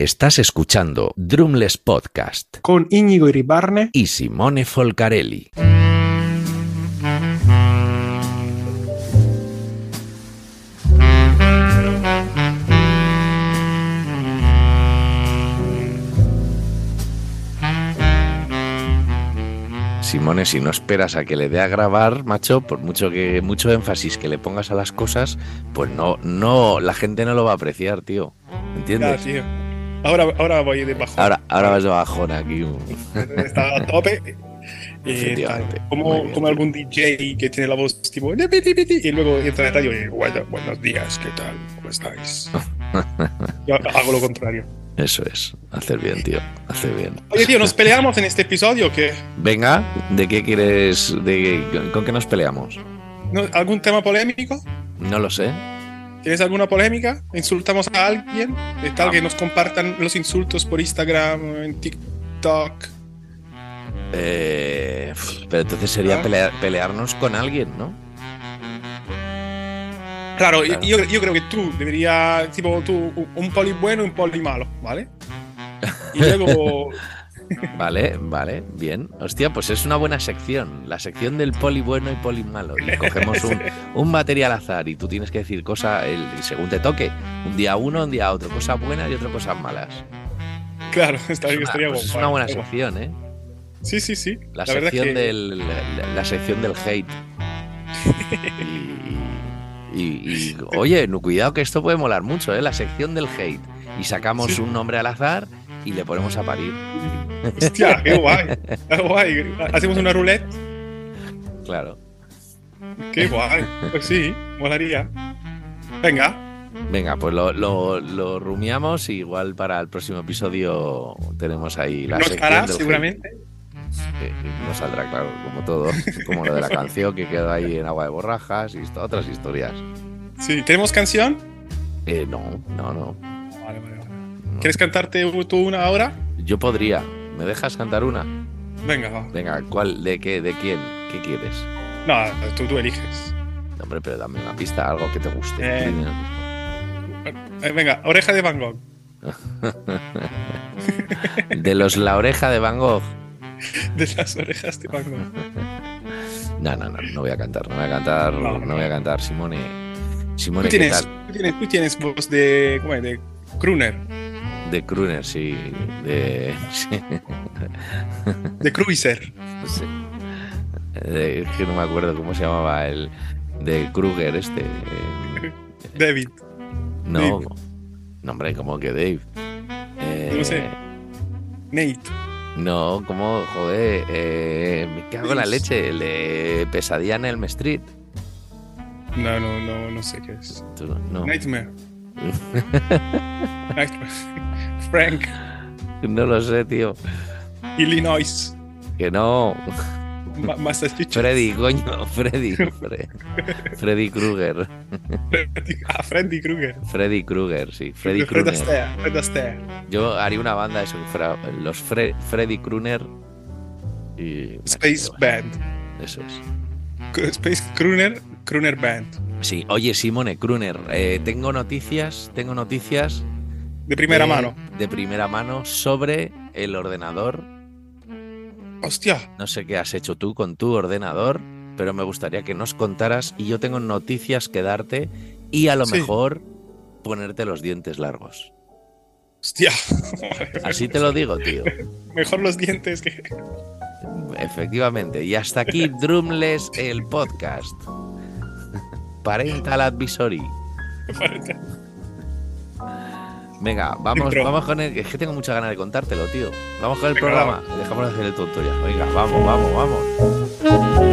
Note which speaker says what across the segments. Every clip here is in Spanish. Speaker 1: Estás escuchando Drumless Podcast
Speaker 2: con Íñigo Iribarne.
Speaker 1: y Simone Folcarelli. Simone, si no esperas a que le dé a grabar, macho, por mucho que mucho énfasis que le pongas a las cosas, pues no, no, la gente no lo va a apreciar, tío.
Speaker 2: Ya,
Speaker 1: ¿Entiendes?
Speaker 2: tío. Ahora, ahora voy de bajo.
Speaker 1: Ahora, ahora vas de bajón aquí.
Speaker 2: Está a tope. Y
Speaker 1: Efectivamente.
Speaker 2: tal.
Speaker 1: Muy
Speaker 2: como,
Speaker 1: bien,
Speaker 2: como
Speaker 1: tío.
Speaker 2: algún DJ que tiene la voz tipo "Lipi, lipi, lipi", y luego entra en radio y "Guaya, buenos días, ¿qué tal? ¿Cómo estáis? Yo hago lo contrario.
Speaker 1: Eso es. Hacer bien, tío. Hacer bien.
Speaker 2: Oye, tío, ¿nos peleamos en este episodio? que
Speaker 1: Venga, ¿de qué quieres? De, qué- ¿Con qué nos peleamos?
Speaker 2: ¿Algún tema polémico?
Speaker 1: No lo sé.
Speaker 2: ¿Tienes alguna polémica? ¿Insultamos a alguien? De
Speaker 1: Ah.
Speaker 2: tal que nos compartan los insultos por Instagram, en TikTok.
Speaker 1: Eh, pf, pero entonces sería
Speaker 2: Ah.
Speaker 1: pelea- pelearnos con alguien, ¿no?
Speaker 2: Claro,
Speaker 1: Claro.
Speaker 2: Yo, yo creo que tú deberías, tipo, tú, un poli bueno y un poli malo, ¿vale? Y luego,
Speaker 1: Vale, vale, bien. Hostia, pues es una buena sección. La sección del poli bueno y poli malo. Y cogemos un, un material azar y tú tienes que decir cosa el, según te toque. Un día uno, un día otro. Cosas buenas y otras cosas malas.
Speaker 2: claro, está,
Speaker 1: Es una-
Speaker 2: estaría
Speaker 1: pues
Speaker 2: guapo,
Speaker 1: es una buena
Speaker 2: estaría guapo.
Speaker 1: sección, ¿eh?
Speaker 2: Sí, sí, sí.
Speaker 1: La,
Speaker 2: verdad
Speaker 1: sección
Speaker 2: es que
Speaker 1: del, la, la sección del hate. Y, y- y- oye, no, cuidado que esto puede molar mucho, ¿eh? La sección del hate. Y sacamos
Speaker 2: Sí.
Speaker 1: un nombre al azar y le ponemos a parir.
Speaker 2: Hostia, qué guay. Qué guay. Hacemos una roulette.
Speaker 1: Claro.
Speaker 2: Qué guay. Pues sí, molaría. Venga,
Speaker 1: Venga, pues lo, lo, lo rumiamos y igual para el próximo episodio tenemos ahí la
Speaker 2: no
Speaker 1: sección
Speaker 2: estará
Speaker 1: del hate.
Speaker 2: seguramente.
Speaker 1: Eh, no saldrá, claro, como todo, como lo de la canción que quedó ahí en agua de borrajas y esto- otras historias.
Speaker 2: Sí, ¿tenemos canción?
Speaker 1: Eh, no, no, no.
Speaker 2: Vale, vale, vale. ¿Quieres cantarte tú una ahora?
Speaker 1: Yo podría. ¿Me dejas cantar una?
Speaker 2: Venga, va.
Speaker 1: Venga, ¿cuál? ¿De qué? ¿De quién? ¿Qué quieres?
Speaker 2: No, tú, tú eliges.
Speaker 1: Hombre, pero dame una pista, algo que te guste.
Speaker 2: Eh.
Speaker 1: Dime.
Speaker 2: Eh, Venga, oreja de Van Gogh.
Speaker 1: De los La Oreja de Van Gogh.
Speaker 2: De las orejas de Van Gogh.
Speaker 1: No, no, no, no voy a cantar, no voy a cantar,
Speaker 2: No,
Speaker 1: no,
Speaker 2: no.
Speaker 1: voy a cantar, Simone.
Speaker 2: Tú
Speaker 1: Simone, ¿qué
Speaker 2: tienes,
Speaker 1: tal?
Speaker 2: tú tienes, tú tienes voz de. ¿Cómo es? De crooner.
Speaker 1: De Kruner, sí. De. sí,
Speaker 2: De cruiser.
Speaker 1: sí. De- es que no me acuerdo cómo se llamaba el. De Kruger, este. eh,
Speaker 2: David.
Speaker 1: No.
Speaker 2: Dave.
Speaker 1: No, hombre, ¿cómo que Dave? Eh,
Speaker 2: No sé. Nate.
Speaker 1: No, como, joder, eh, me cago en la
Speaker 2: Dios.
Speaker 1: leche, el de Pesadilla en el Street.
Speaker 2: No, no, no, no sé qué es.
Speaker 1: Tú no- no,
Speaker 2: Nightmare. Nightmare. Frank.
Speaker 1: no lo sé, tío.
Speaker 2: Illinois.
Speaker 1: Que no.
Speaker 2: Ma- Massachusetts.
Speaker 1: Freddy, coño, Freddy. Fre- Freddy Krueger.
Speaker 2: Freddy- Ah, Freddy Krueger.
Speaker 1: Freddy Krueger, sí. Freddy
Speaker 2: De Fred
Speaker 1: Krueger.
Speaker 2: Astaire. Fred Astaire.
Speaker 1: Yo haría una banda de eso que fuera los Fre- Freddy Krueger y.
Speaker 2: Space Band.
Speaker 1: Eso es.
Speaker 2: Cr- Space Crooner. Crooner Band.
Speaker 1: Sí, oye, Simone Krueger, eh, tengo noticias, tengo noticias.
Speaker 2: De primera
Speaker 1: de-
Speaker 2: mano.
Speaker 1: De primera mano sobre el ordenador
Speaker 2: Hostia.
Speaker 1: No sé qué has hecho tú con tu ordenador, pero me gustaría que nos contaras y yo tengo noticias que darte y a lo
Speaker 2: Sí.
Speaker 1: mejor ponerte los dientes largos.
Speaker 2: Hostia.
Speaker 1: Así te lo digo, tío.
Speaker 2: Mejor los dientes que.
Speaker 1: Efectivamente. Y hasta aquí Drumless, el podcast. Parental Advisory. Venga, vamos,
Speaker 2: Intro.
Speaker 1: vamos con el. Es que tengo mucha ganas de contártelo, tío. Vamos con el
Speaker 2: Venga,
Speaker 1: programa. Dejamos de hacer el tonto ya. Venga, vamos, vamos, vamos.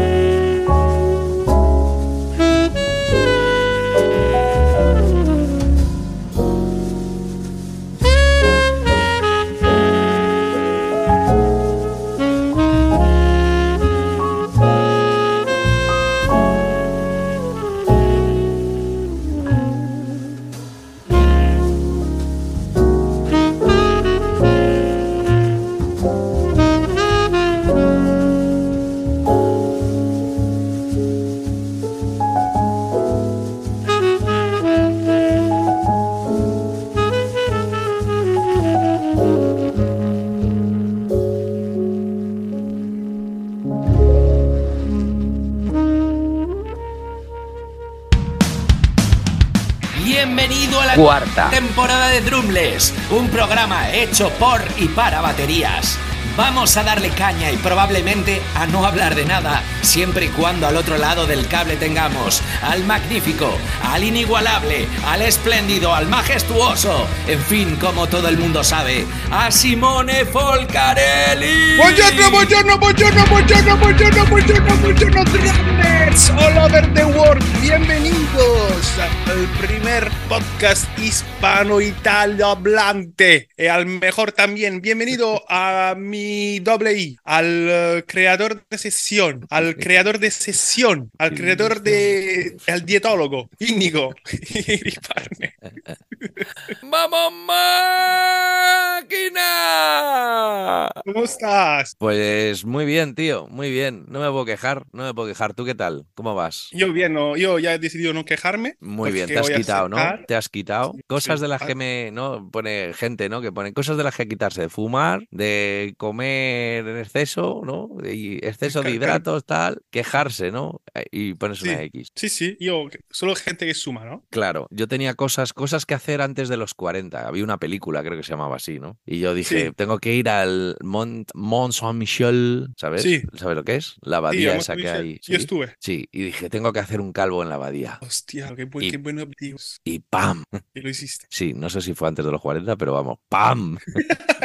Speaker 3: Bienvenido a la
Speaker 1: Cuarta.
Speaker 3: temporada de Drumless, un programa hecho por y para baterías. Vamos a darle caña y probablemente a no hablar de nada, siempre y cuando al otro lado del cable tengamos al magnífico, al inigualable, al espléndido, al majestuoso, en fin, como todo el mundo sabe, a Simone Folcarelli.
Speaker 2: Buongiorno, buongiorno, buongiorno, buongiorno, buongiorno, buongiorno, buongiorno, drummers all over the world. Bienvenidos al primer podcast hispano-italo hablante. Y al mejor también. Bienvenido a mi doble I, al eh, creador de sesión, al creador de sesión, al creador de. al dietólogo, Íñigo. Iribarne. Em,
Speaker 1: ¡Vamos, máquina!
Speaker 2: ¿Cómo estás?
Speaker 1: Pues muy bien, tío, muy bien. No me puedo quejar, no me puedo quejar. ¿Tú qué tal? ¿Cómo vas?
Speaker 2: Yo bien, no, yo ya he decidido no quejarme.
Speaker 1: Muy bien,
Speaker 2: porque
Speaker 1: te has
Speaker 2: Pues voy a
Speaker 1: quitado, ¿no?
Speaker 2: sacar-
Speaker 1: Te has quitado.
Speaker 2: Sí,
Speaker 1: Cosas
Speaker 2: sí,
Speaker 1: de las
Speaker 2: ah.
Speaker 1: que me, ¿no? Pone gente, ¿no? Que ponen cosas de las que quitarse, de fumar, de comer en exceso, ¿no? Y exceso de
Speaker 2: Ca- ca-
Speaker 1: hidratos, tal, quejarse, ¿no? Eh, Y pones una
Speaker 2: Sí.
Speaker 1: X.
Speaker 2: Sí, sí, yo, solo gente que suma, ¿no?
Speaker 1: Claro, yo tenía cosas, cosas que hacer antes de los 40. Había una película, creo que se llamaba así, ¿no? Y yo dije,
Speaker 2: Sí.
Speaker 1: tengo que ir al Mont, Mont Saint-Michel, ¿sabes?
Speaker 2: Sí.
Speaker 1: ¿Sabes lo que es? La
Speaker 2: Sí,
Speaker 1: abadía
Speaker 2: vamos,
Speaker 1: esa que
Speaker 2: dice,
Speaker 1: hay.
Speaker 2: Yo estuve.
Speaker 1: Sí, y dije, tengo que hacer un calvo en la abadía.
Speaker 2: Hostia, qué, buen,
Speaker 1: Y-
Speaker 2: qué buenos objetivos.
Speaker 1: Y ¡pam!
Speaker 2: Y lo hiciste.
Speaker 1: Sí, no sé si fue antes de los 40, pero vamos, ¡pam!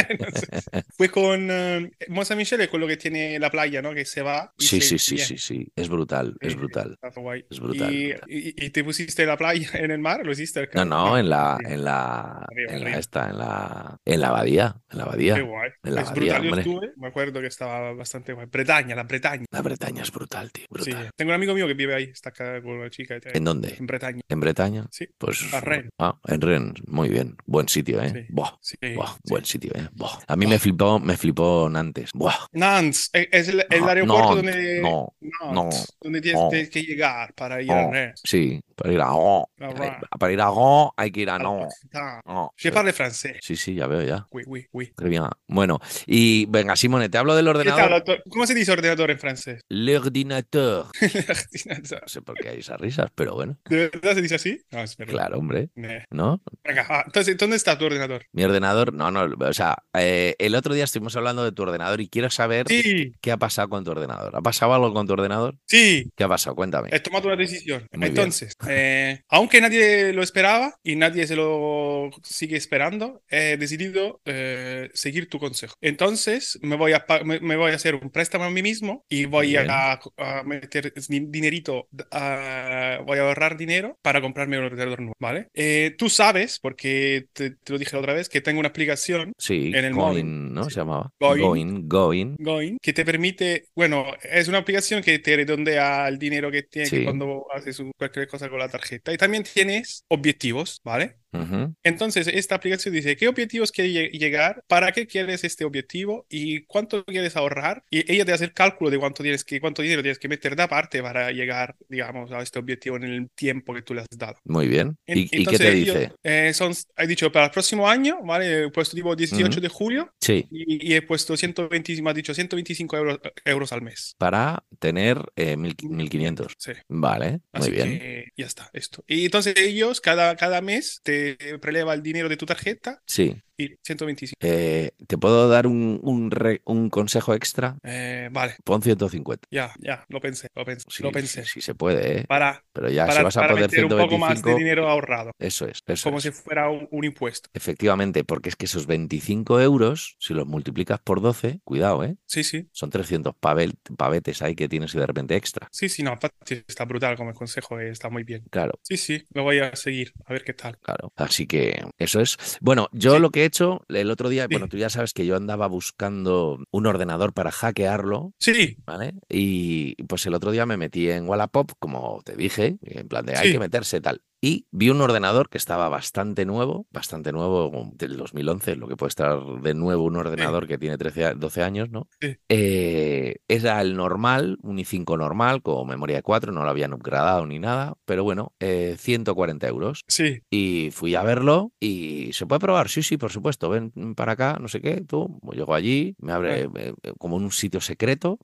Speaker 2: Entonces, fue con eh, Mont Saint-Michel, es con lo que tiene la playa, ¿no? Que se va. y
Speaker 1: Sí, sí,
Speaker 2: se-
Speaker 1: sí,
Speaker 2: bien.
Speaker 1: sí, sí. Es brutal, es
Speaker 2: Eh,
Speaker 1: brutal.
Speaker 2: está guay.
Speaker 1: Es brutal,
Speaker 2: Y,
Speaker 1: brutal.
Speaker 2: y- y te pusiste en la playa, en el mar, lo hiciste.
Speaker 1: No,
Speaker 2: Claro.
Speaker 1: no, en la,
Speaker 2: Sí.
Speaker 1: en la,
Speaker 2: Arriba,
Speaker 1: en la
Speaker 2: arriba.
Speaker 1: esta, en la, en la abadía, en la
Speaker 2: Qué
Speaker 1: abadía.
Speaker 2: guay.
Speaker 1: en la
Speaker 2: es
Speaker 1: abadía,
Speaker 2: brutal, yo
Speaker 1: hombre.
Speaker 2: estuve. Me acuerdo que estaba bastante guay. Bretaña, la Bretaña.
Speaker 1: La Bretaña es brutal, tío,
Speaker 2: Sí,
Speaker 1: brutal.
Speaker 2: tengo un amigo mío que vive ahí, está acá con una chica.
Speaker 1: ¿En dónde?
Speaker 2: En Bretaña.
Speaker 1: ¿En Bretaña?
Speaker 2: Sí,
Speaker 1: Pues.
Speaker 2: a Rennes.
Speaker 1: Ah, en Rennes. Muy bien. Buen sitio, ¿eh?
Speaker 2: Sí,
Speaker 1: Buah,
Speaker 2: sí,
Speaker 1: buah,
Speaker 2: sí.
Speaker 1: buen sitio, ¿eh? Buah. A mí me flipó, me flipó Nantes. Buah.
Speaker 2: Nantes, eh, es el, el
Speaker 1: No,
Speaker 2: aeropuerto
Speaker 1: Ah, Nantes,
Speaker 2: donde,
Speaker 1: no,
Speaker 2: Nantes, donde tienes,
Speaker 1: no.
Speaker 2: tienes que llegar para ir
Speaker 1: no.
Speaker 2: a Rennes.
Speaker 1: Oh, Sí, para ir a Rennes.
Speaker 2: A
Speaker 1: hay-
Speaker 2: Rennes.
Speaker 1: Para ir a Rennes hay que ir a
Speaker 2: Alors,
Speaker 1: Ah, no.
Speaker 2: putain, Je parle français.
Speaker 1: Sí, sí, ya veo, ya.
Speaker 2: Oui, oui, oui.
Speaker 1: Qué bien. Bueno, y venga, Simone, te hablo del
Speaker 2: ¿Qué tal,
Speaker 1: ordenador.
Speaker 2: doctor? ¿Cómo se dice ordenador en francés?
Speaker 1: L'ordinateur.
Speaker 2: ¿De
Speaker 1: No sé por qué hay esas risas, pero bueno.
Speaker 2: verdad se dice así? No, es verdad.
Speaker 1: Claro, hombre.
Speaker 2: Ne.
Speaker 1: ¿No?
Speaker 2: Venga, ah, entonces, ¿dónde está tu ordenador?
Speaker 1: Mi ordenador, no, no, o sea, eh, el otro día estuvimos hablando de tu ordenador y quiero saber
Speaker 2: Sí,
Speaker 1: ¿Qué ha pasado con tu ordenador? ¿Ha pasado algo con tu ordenador?
Speaker 2: sí,
Speaker 1: ¿Qué ha pasado? Cuéntame.
Speaker 2: he tomado una decisión.
Speaker 1: Muy bien.
Speaker 2: Entonces, eh, aunque nadie lo esperaba y nadie se lo sigue esperando, he decidido eh, seguir tu consejo. Entonces, me voy, a, pa- me, me voy a hacer un préstamo a mí mismo y voy
Speaker 1: Bien.
Speaker 2: a, a meter din- dinerito, ah, voy a ahorrar dinero para comprarme un ordenador nuevo, ¿vale? Eh, tú sabes, porque te, te lo dije la otra vez, que tengo una aplicación
Speaker 1: Sí,
Speaker 2: en el
Speaker 1: Going,
Speaker 2: móvil.
Speaker 1: ¿no?
Speaker 2: Sí.
Speaker 1: Se llamaba.
Speaker 2: Going.
Speaker 1: Going, going.
Speaker 2: Going, que te permite, bueno, es una aplicación que te redondea el dinero que tienes
Speaker 1: Sí.
Speaker 2: cuando haces un- cualquier cosa con la tarjeta. Y también tienes objetivos, ¿vale?
Speaker 1: Ujú.
Speaker 2: Entonces, esta aplicación dice, ¿qué objetivos quieres lle- llegar? ¿Para qué quieres este objetivo? ¿Y cuánto quieres ahorrar? Y ella te hace el cálculo de cuánto tienes que, cuánto dinero tienes que meter de aparte para llegar, digamos, a este objetivo en el tiempo que tú le has dado.
Speaker 1: Muy bien.
Speaker 2: En-
Speaker 1: ¿Y, y qué te
Speaker 2: entonces, yo-
Speaker 1: dice?
Speaker 2: eh, son, he dicho, para el próximo año, ¿vale? He puesto tipo 18
Speaker 1: Ujú.
Speaker 2: de julio.
Speaker 1: Sí,
Speaker 2: Y, y he puesto 120, me ha dicho 125 euros, euros al mes.
Speaker 1: para tener eh, mil- 1500.
Speaker 2: Sí.
Speaker 1: Vale, muy
Speaker 2: Así
Speaker 1: bien.
Speaker 2: que ya está, esto. Y entonces ellos cada, cada mes te preleva el dinero de tu tarjeta
Speaker 1: Sí,
Speaker 2: 125.
Speaker 1: Eh, ¿Te puedo dar un, un re- un consejo extra?
Speaker 2: Eh, vale,
Speaker 1: Pon 150.
Speaker 2: ya, ya, lo pensé, lo pensé,
Speaker 1: Sí,
Speaker 2: lo
Speaker 1: sí,
Speaker 2: pensé.
Speaker 1: sí se puede, ¿eh?
Speaker 2: Para,
Speaker 1: Pero ya,
Speaker 2: para,
Speaker 1: si vas a
Speaker 2: para
Speaker 1: poner
Speaker 2: meter un poco más de
Speaker 1: 125,
Speaker 2: dinero ahorrado,
Speaker 1: eso es, eso
Speaker 2: como
Speaker 1: es.
Speaker 2: si fuera un, un impuesto.
Speaker 1: Efectivamente, porque es que esos 25 euros, si los multiplicas por 12, cuidado, ¿eh?
Speaker 2: Sí, sí,
Speaker 1: Son 300 pavel- pavetes ahí que tienes y de repente extra.
Speaker 2: sí, sí, no, Pati, está brutal como el consejo, eh, está muy bien.
Speaker 1: Claro,
Speaker 2: Sí, sí, lo voy a seguir, a ver qué tal.
Speaker 1: claro. Así que eso es. Bueno, yo
Speaker 2: Sí.
Speaker 1: lo que he hecho el otro día, bueno,
Speaker 2: Sí.
Speaker 1: tú ya sabes que yo andaba buscando un ordenador para hackearlo,
Speaker 2: Sí,
Speaker 1: ¿vale? Y pues el otro día me metí en Wallapop, como te dije, en plan de hay
Speaker 2: Sí.
Speaker 1: que meterse tal. Y vi un ordenador que estaba bastante nuevo, bastante nuevo del 2011, lo que puede estar de nuevo un ordenador que tiene 13, a- 12 años, ¿no?
Speaker 2: Sí.
Speaker 1: Eh, era el normal, un i5 normal con memoria de 4, no lo habían upgradado ni nada, pero bueno, eh, 140 euros.
Speaker 2: sí,
Speaker 1: Y fui a verlo y se puede probar, sí, sí, por supuesto, ven para acá, no sé qué, tú, llego allí, me abre eh, eh, como en un sitio secreto,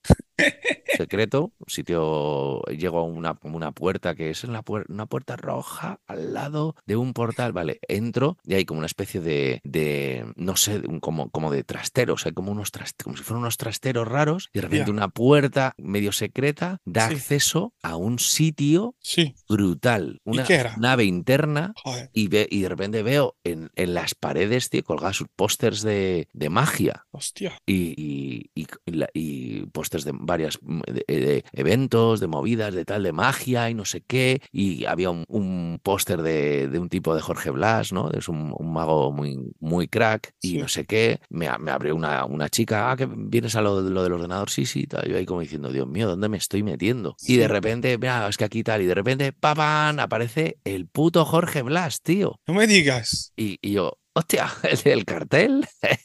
Speaker 1: secreto, un sitio, llego a una, como una puerta que es en la puer- una puerta roja al lado de un portal, vale, entro y hay como una especie de, de, no sé, de un- como, como de trasteros, hay como unos trasteros, como si fueran unos trasteros raros y de repente una puerta medio secreta da
Speaker 2: Sí.
Speaker 1: acceso a un sitio
Speaker 2: sí,
Speaker 1: brutal, una
Speaker 2: qué era?
Speaker 1: nave interna
Speaker 2: joder,
Speaker 1: y, ve, y de repente veo en, en las paredes, tío, colgadas sus pósters de, de magia
Speaker 2: hostia,
Speaker 1: y, y, y, c- y la- y pósters de varias mm, de- de eventos, de movidas, de tal, de magia y no sé qué. Y había un, un póster de, de un tipo de Jorge Blas, ¿no? Es un, un mago muy, muy crack y
Speaker 2: Sí.
Speaker 1: no sé qué. Me, a- me abrió una, una chica, ah, que vienes a lo, de- lo del ordenador, sí, sí, tal. Yo ahí como diciendo, Dios mío, ¿dónde me estoy metiendo? Y de
Speaker 2: Sí.
Speaker 1: repente, mira, es que aquí tal, y de repente, ¡papán! Aparece el puto Jorge Blas, tío.
Speaker 2: no me digas,
Speaker 1: Y, y yo, hostia, el del cartel.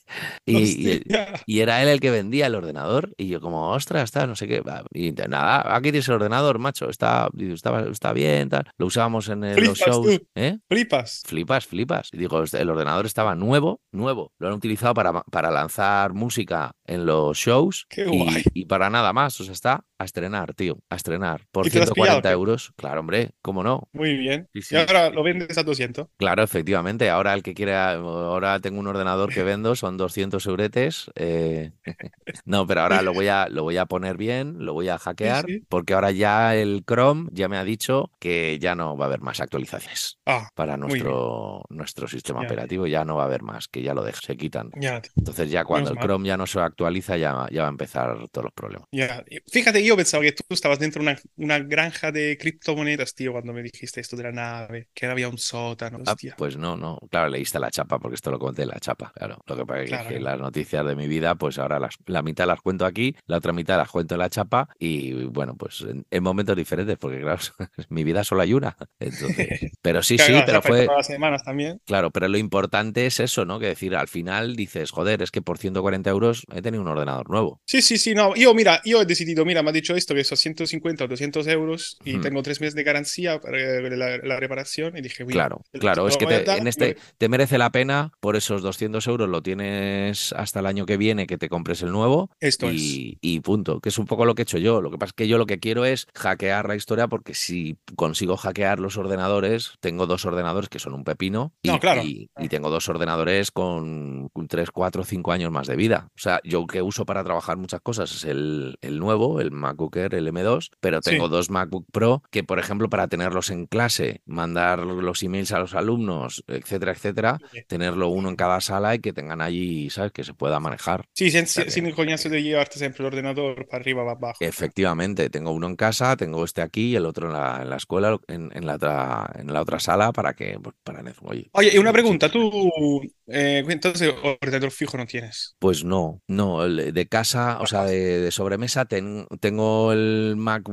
Speaker 1: y, y-
Speaker 2: hostia,
Speaker 1: y era él el que vendía el ordenador. Y yo como, ostras, está, no sé qué. va, Y te- nada, aquí tienes el ordenador, macho. Está, digo, estaba- está bien, tal. Lo usábamos en eh, los
Speaker 2: Flipas,
Speaker 1: shows.
Speaker 2: tú.
Speaker 1: ¿eh?
Speaker 2: flipas,
Speaker 1: Flipas, flipas. Y digo, "Este, el ordenador estaba nuevo, nuevo. Lo han utilizado para, ma- para lanzar música en los shows.
Speaker 2: Qué
Speaker 1: y-
Speaker 2: guay.
Speaker 1: Y, para nada más. O sea, está a estrenar, tío. A estrenar. Por
Speaker 2: ¿Y te lo has pillado,
Speaker 1: 140
Speaker 2: qué?
Speaker 1: euros. Claro, hombre, cómo no.
Speaker 2: muy bien.
Speaker 1: Sí,
Speaker 2: Y
Speaker 1: sí.
Speaker 2: ahora lo vendes a 200,
Speaker 1: Claro, efectivamente. Ahora el que quiera, ahora tengo un ordenador que vendo, son 200 euretes. eh, No, pero ahora lo voy a, lo voy a poner bien, lo voy a hackear,
Speaker 2: sí.
Speaker 1: porque ahora ya el Chrome ya me ha dicho que ya no va a haber más actualizaciones
Speaker 2: ah,
Speaker 1: para
Speaker 2: Muy bien.
Speaker 1: nuestro, nuestro sistema
Speaker 2: Ya.
Speaker 1: operativo, ya no va a haber más, que ya lo dejan, se quitan.
Speaker 2: ya,
Speaker 1: Entonces ya cuando el
Speaker 2: mal.
Speaker 1: Chrome ya no se actualiza, ya, ya va a empezar todos los problemas.
Speaker 2: Ya, y fíjate, yo pensaba que tú estabas dentro de una, una granja de criptomonedas, tío, cuando me dijiste esto de la nave, que había un sótano,
Speaker 1: Ah,
Speaker 2: hostia.
Speaker 1: pues no, no, claro, leíste la chapa, porque esto lo conté en la chapa, claro. Lo que pasa es
Speaker 2: Claro,
Speaker 1: que
Speaker 2: claro.
Speaker 1: las noticias de mi vida, pues ahora las, la mitad las cuento aquí, la otra mitad las cuento en la chapa y bueno, pues en, en momentos diferentes, porque claro, mi vida solo hay una. Entonces, pero sí,
Speaker 2: Claro,
Speaker 1: sí,
Speaker 2: la
Speaker 1: pero
Speaker 2: chapa está
Speaker 1: fue,
Speaker 2: todas las semanas también.
Speaker 1: claro, pero lo importante es eso, ¿no? Que decir, al final dices, joder, es que por 140 euros he tenido un ordenador nuevo.
Speaker 2: Sí, sí, sí, no, yo, mira, yo he decidido, mira, me ha dicho esto, que son 150 o 200 euros y
Speaker 1: Ujú.
Speaker 2: tengo tres meses de garantía para eh, la, la reparación y dije, uy,
Speaker 1: Claro,
Speaker 2: se lo
Speaker 1: claro, es que
Speaker 2: voy a
Speaker 1: te-
Speaker 2: dar
Speaker 1: en
Speaker 2: y
Speaker 1: este te merece la pena, por esos 200 euros lo tienes hasta el año que viene que te compres el nuevo
Speaker 2: Esto es.
Speaker 1: y, y punto, que es un poco lo que he hecho yo. Lo que pasa es que yo lo que quiero es hackear la historia porque si consigo hackear los ordenadores, tengo dos ordenadores que son un pepino y,
Speaker 2: No, claro. Ah.
Speaker 1: y- y tengo dos ordenadores con 3, 4, 5 años más de vida. O sea, yo que uso para trabajar muchas cosas es el, el nuevo, el MacBook Air, el M2, pero
Speaker 2: Sí.
Speaker 1: tengo dos MacBook Pro que, por ejemplo, para tenerlos en clase, mandar los emails a los alumnos, etcétera, etcétera, tenerlo uno en cada sala y que tengan allí, ¿sabes? Que se pueda manejar.
Speaker 2: Sí, sin,
Speaker 1: Está bien.
Speaker 2: sin el coñazo de llevarte siempre el ordenador para arriba o para abajo.
Speaker 1: Efectivamente, tengo uno en casa, tengo este aquí y el otro en la, en la escuela, en, en la otra, en la otra sala para que, pues, para, oye,
Speaker 2: Oye, y una
Speaker 1: sí.
Speaker 2: pregunta, tú, eh, entonces, ordenador fijo no tienes.
Speaker 1: Pues no, no, el de casa, o sea, de, de sobremesa ten- tengo el Mac,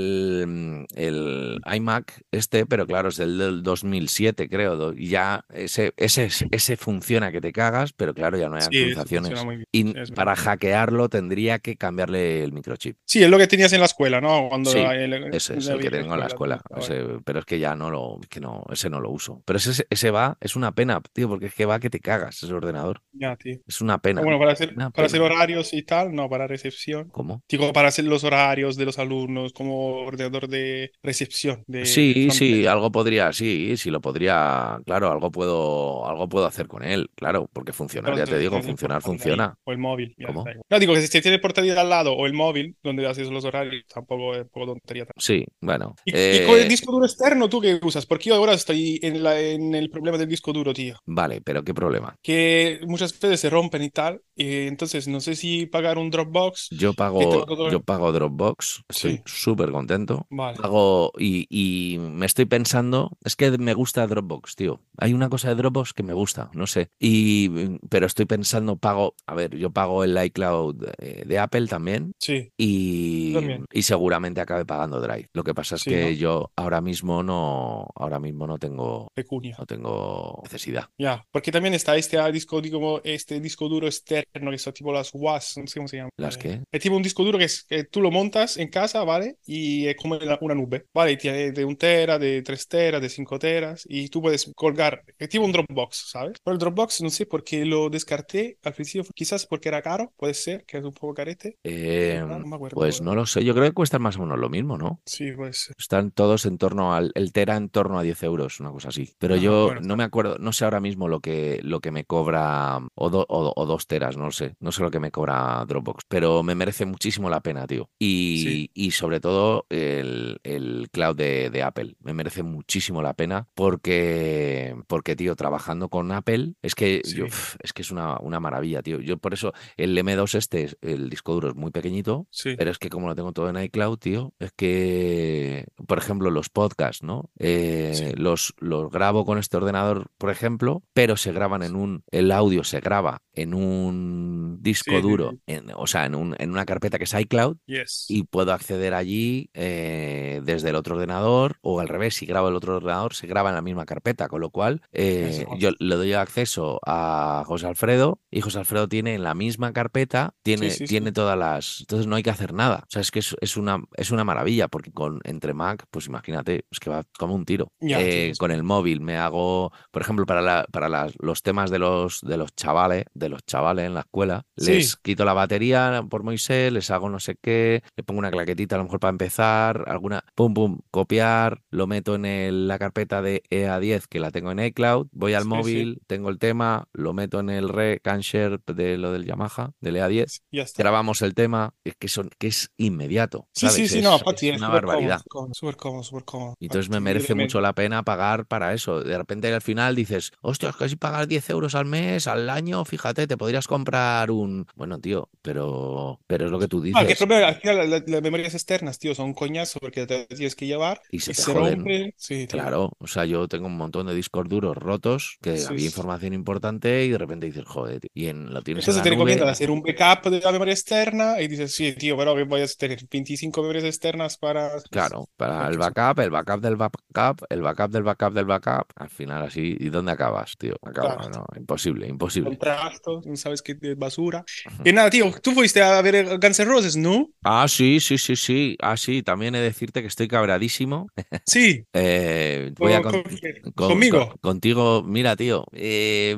Speaker 1: el, el iMac este, pero claro, es del, del 2007, creo, do- y ya ese, ese, es- ese funciona que te cagas, pero claro, ya no hay
Speaker 2: Sí, eso
Speaker 1: Ah, actualizaciones.
Speaker 2: funciona muy bien.
Speaker 1: Y
Speaker 2: es
Speaker 1: para
Speaker 2: verdad.
Speaker 1: hackearlo tendría que cambiarle el microchip.
Speaker 2: Sí, es lo que tenías en la escuela, ¿no? Cuando
Speaker 1: Sí,
Speaker 2: la- el-
Speaker 1: Ese es
Speaker 2: la
Speaker 1: el que
Speaker 2: vieja
Speaker 1: tengo en la
Speaker 2: escuela,
Speaker 1: escuela,
Speaker 2: ¿no?
Speaker 1: ese- pero es que ya no lo, que no, ese no lo uso. Pero ese, ese va, es una pena, tío, porque es que va que te cagas ese ordenador.
Speaker 2: Ya, tío.
Speaker 1: Es una pena.
Speaker 2: Bueno, para hacer,
Speaker 1: Una
Speaker 2: para hacer
Speaker 1: pena.
Speaker 2: horarios y tal, no, para recepción.
Speaker 1: ¿Cómo?
Speaker 2: Digo, para hacer los horarios de los alumnos, como ordenador de recepción. De
Speaker 1: Sí, sí,
Speaker 2: familia.
Speaker 1: algo podría, sí, sí lo podría, claro, algo puedo, algo puedo hacer con él, claro, porque funcionar, ya te
Speaker 2: Entonces,
Speaker 1: digo,
Speaker 2: tienes el
Speaker 1: funcionar
Speaker 2: portátil ahí,
Speaker 1: funciona.
Speaker 2: O el móvil. ya
Speaker 1: ¿Cómo?
Speaker 2: está ahí. No digo que si tiene el portátil al lado o el móvil donde haces los horarios, tampoco es poco tontería.
Speaker 1: Sí, bueno.
Speaker 2: ¿Y, y con
Speaker 1: eh,
Speaker 2: el disco duro externo tú qué usas? Porque yo ahora estoy en, la- en el problema del disco duro, tío.
Speaker 1: Vale, pero qué problema.
Speaker 2: Que muchas veces se rompen y tal. eh, entonces no sé si pagar un Dropbox.
Speaker 1: Yo
Speaker 2: tengo
Speaker 1: pago,
Speaker 2: todo el-
Speaker 1: yo pago Dropbox, estoy
Speaker 2: Sí.
Speaker 1: súper contento.
Speaker 2: Vale.
Speaker 1: Pago y, y me estoy pensando, es que me gusta Dropbox, tío. Hay una cosa de Dropbox que me gusta, no sé. Y, pero estoy pensando, pago, a ver, yo pago el iCloud eh, de Apple también.
Speaker 2: Sí.
Speaker 1: Y,
Speaker 2: También.
Speaker 1: y seguramente acabe pagando Drive. Lo que pasa es
Speaker 2: Sí,
Speaker 1: que
Speaker 2: ¿no?
Speaker 1: yo ahora mismo no, ahora mismo no tengo,
Speaker 2: Pecunia.
Speaker 1: no tengo necesidad.
Speaker 2: Ya, porque también está este ah, disco, digo, este disco duro externo que son tipo las WAS, no sé cómo se llama.
Speaker 1: ¿Las
Speaker 2: Eh,
Speaker 1: qué?
Speaker 2: Es tipo un disco duro que, es- que tú lo montas en casa, ¿vale? Y es como la- una nube, ¿vale? Y tiene de un tera, de tres teras, de cinco teras, y tú puedes colgar, es tipo un Dropbox, ¿sabes? Pero el Dropbox no sé por qué lo descarté al principio, quizás porque era caro, puede ser, que es un poco carete.
Speaker 1: Eh,
Speaker 2: no me acuerdo
Speaker 1: pues
Speaker 2: ahora.
Speaker 1: no lo sé. Yo creo que cuestan más o menos lo mismo, ¿no?
Speaker 2: Sí, puede ser.
Speaker 1: Están todos en torno al, el Tera en torno a 10 euros, una cosa así. Pero
Speaker 2: Ah,
Speaker 1: yo
Speaker 2: bueno,
Speaker 1: no me acuerdo, no sé ahora mismo lo que, lo que me cobra, o, do- o, o dos teras, no lo sé, no sé lo que me cobra Dropbox, pero me merece muchísimo la pena, tío. Y,
Speaker 2: Sí.
Speaker 1: y sobre todo el, el cloud de, de Apple, me merece muchísimo la pena porque, porque tío, trabajando con Apple, es que, yo,
Speaker 2: Sí.
Speaker 1: pf, es, que es una, una maravilla, tío. Yo por eso el M2 este, el disco duro es muy pequeñito.
Speaker 2: Sí.
Speaker 1: Pero es que como lo tengo todo en iCloud, tío, es que, por ejemplo, los podcasts, ¿no? Eh,
Speaker 2: Sí.
Speaker 1: los, los grabo con este ordenador, por ejemplo, pero se graban en un, el audio se graba en un disco
Speaker 2: Sí, sí,
Speaker 1: duro,
Speaker 2: sí.
Speaker 1: en- o sea, en, un- en una carpeta que es iCloud.
Speaker 2: Yes.
Speaker 1: Y puedo acceder allí eh, desde el otro ordenador o al revés, si grabo el otro ordenador, se graba en la misma carpeta, con lo cual eh,
Speaker 2: Eso.
Speaker 1: yo le doy acceso a José Alfredo y José Alfredo tiene en la misma carpeta, tiene,
Speaker 2: sí, sí.
Speaker 1: tiene todas las... Entonces no hay que hacer nada. O sea, es que es, es una, es una maravilla porque con, entre Mac, pues imagínate, es que va como un tiro.
Speaker 2: Ya, sí,
Speaker 1: Eh,
Speaker 2: pues.
Speaker 1: con el móvil me hago, por ejemplo, para, la- para las- los temas de los, de los chavales, de los chavales en la escuela,
Speaker 2: Sí.
Speaker 1: les quito la batería por Moisés, les hago no sé qué, le pongo una claquetita a lo mejor para empezar, alguna, pum, pum, copiar, lo meto en el- la carpeta de EA10 que la tengo en iCloud, voy al
Speaker 2: Sí, sí.
Speaker 1: móvil, tengo el tema, lo meto en el re cancher de lo del Yamaha, del EA10,
Speaker 2: Ya está.
Speaker 1: grabamos el tema, es que, son, que es inmediato,
Speaker 2: Sí, sí,
Speaker 1: ¿sabes?
Speaker 2: sí,
Speaker 1: Es-
Speaker 2: no, Pati,
Speaker 1: es
Speaker 2: es
Speaker 1: una
Speaker 2: súper cómodo,
Speaker 1: barbaridad.
Speaker 2: súper cómodo, súper cómodo, súper cómodo.
Speaker 1: Y entonces me
Speaker 2: Pati,
Speaker 1: merece
Speaker 2: realmente.
Speaker 1: mucho la pena pagar para eso. De repente al final dices, hostia, es que si pagas 10 euros al mes, al año, fíjate, te podrías comprar un... Bueno, tío, pero, pero es lo que tú
Speaker 2: Ah, que el
Speaker 1: dices.
Speaker 2: problema, al final la- la- las memorias externas, tío, son un coñazo porque te las tienes que llevar
Speaker 1: Y se
Speaker 2: y
Speaker 1: te
Speaker 2: se
Speaker 1: joden.
Speaker 2: rompe. Sí, tío.
Speaker 1: Claro, o sea, yo tengo un montón de discos duros rotos que
Speaker 2: Sí,
Speaker 1: había
Speaker 2: sí.
Speaker 1: información importante y de repente dices, joder, tío, y en, lo tienes en
Speaker 2: Entonces
Speaker 1: la
Speaker 2: te
Speaker 1: nube.
Speaker 2: recomiendan hacer un backup de la memoria externa y dices, sí, tío, pero que voy a tener 25 memorias externas para...
Speaker 1: Claro, para
Speaker 2: Porque
Speaker 1: el
Speaker 2: eso-
Speaker 1: backup, el backup del backup, el backup del backup del backup. Al final así, ¿y dónde acabas, tío? Acaba,
Speaker 2: Claro.
Speaker 1: no, imposible, imposible.
Speaker 2: Contrastos, sabes qué de basura. Y nada, tío, tú fuiste a ver eh, Guns N' Roses, ¿no?
Speaker 1: Ah, sí, sí, sí, sí. Ah, sí, también he de decirte que estoy cabradísimo.
Speaker 2: Sí,
Speaker 1: Eh, voy a
Speaker 2: con-
Speaker 1: con-
Speaker 2: con-
Speaker 1: con-
Speaker 2: conmigo.
Speaker 1: con- contigo, mira, tío, eh,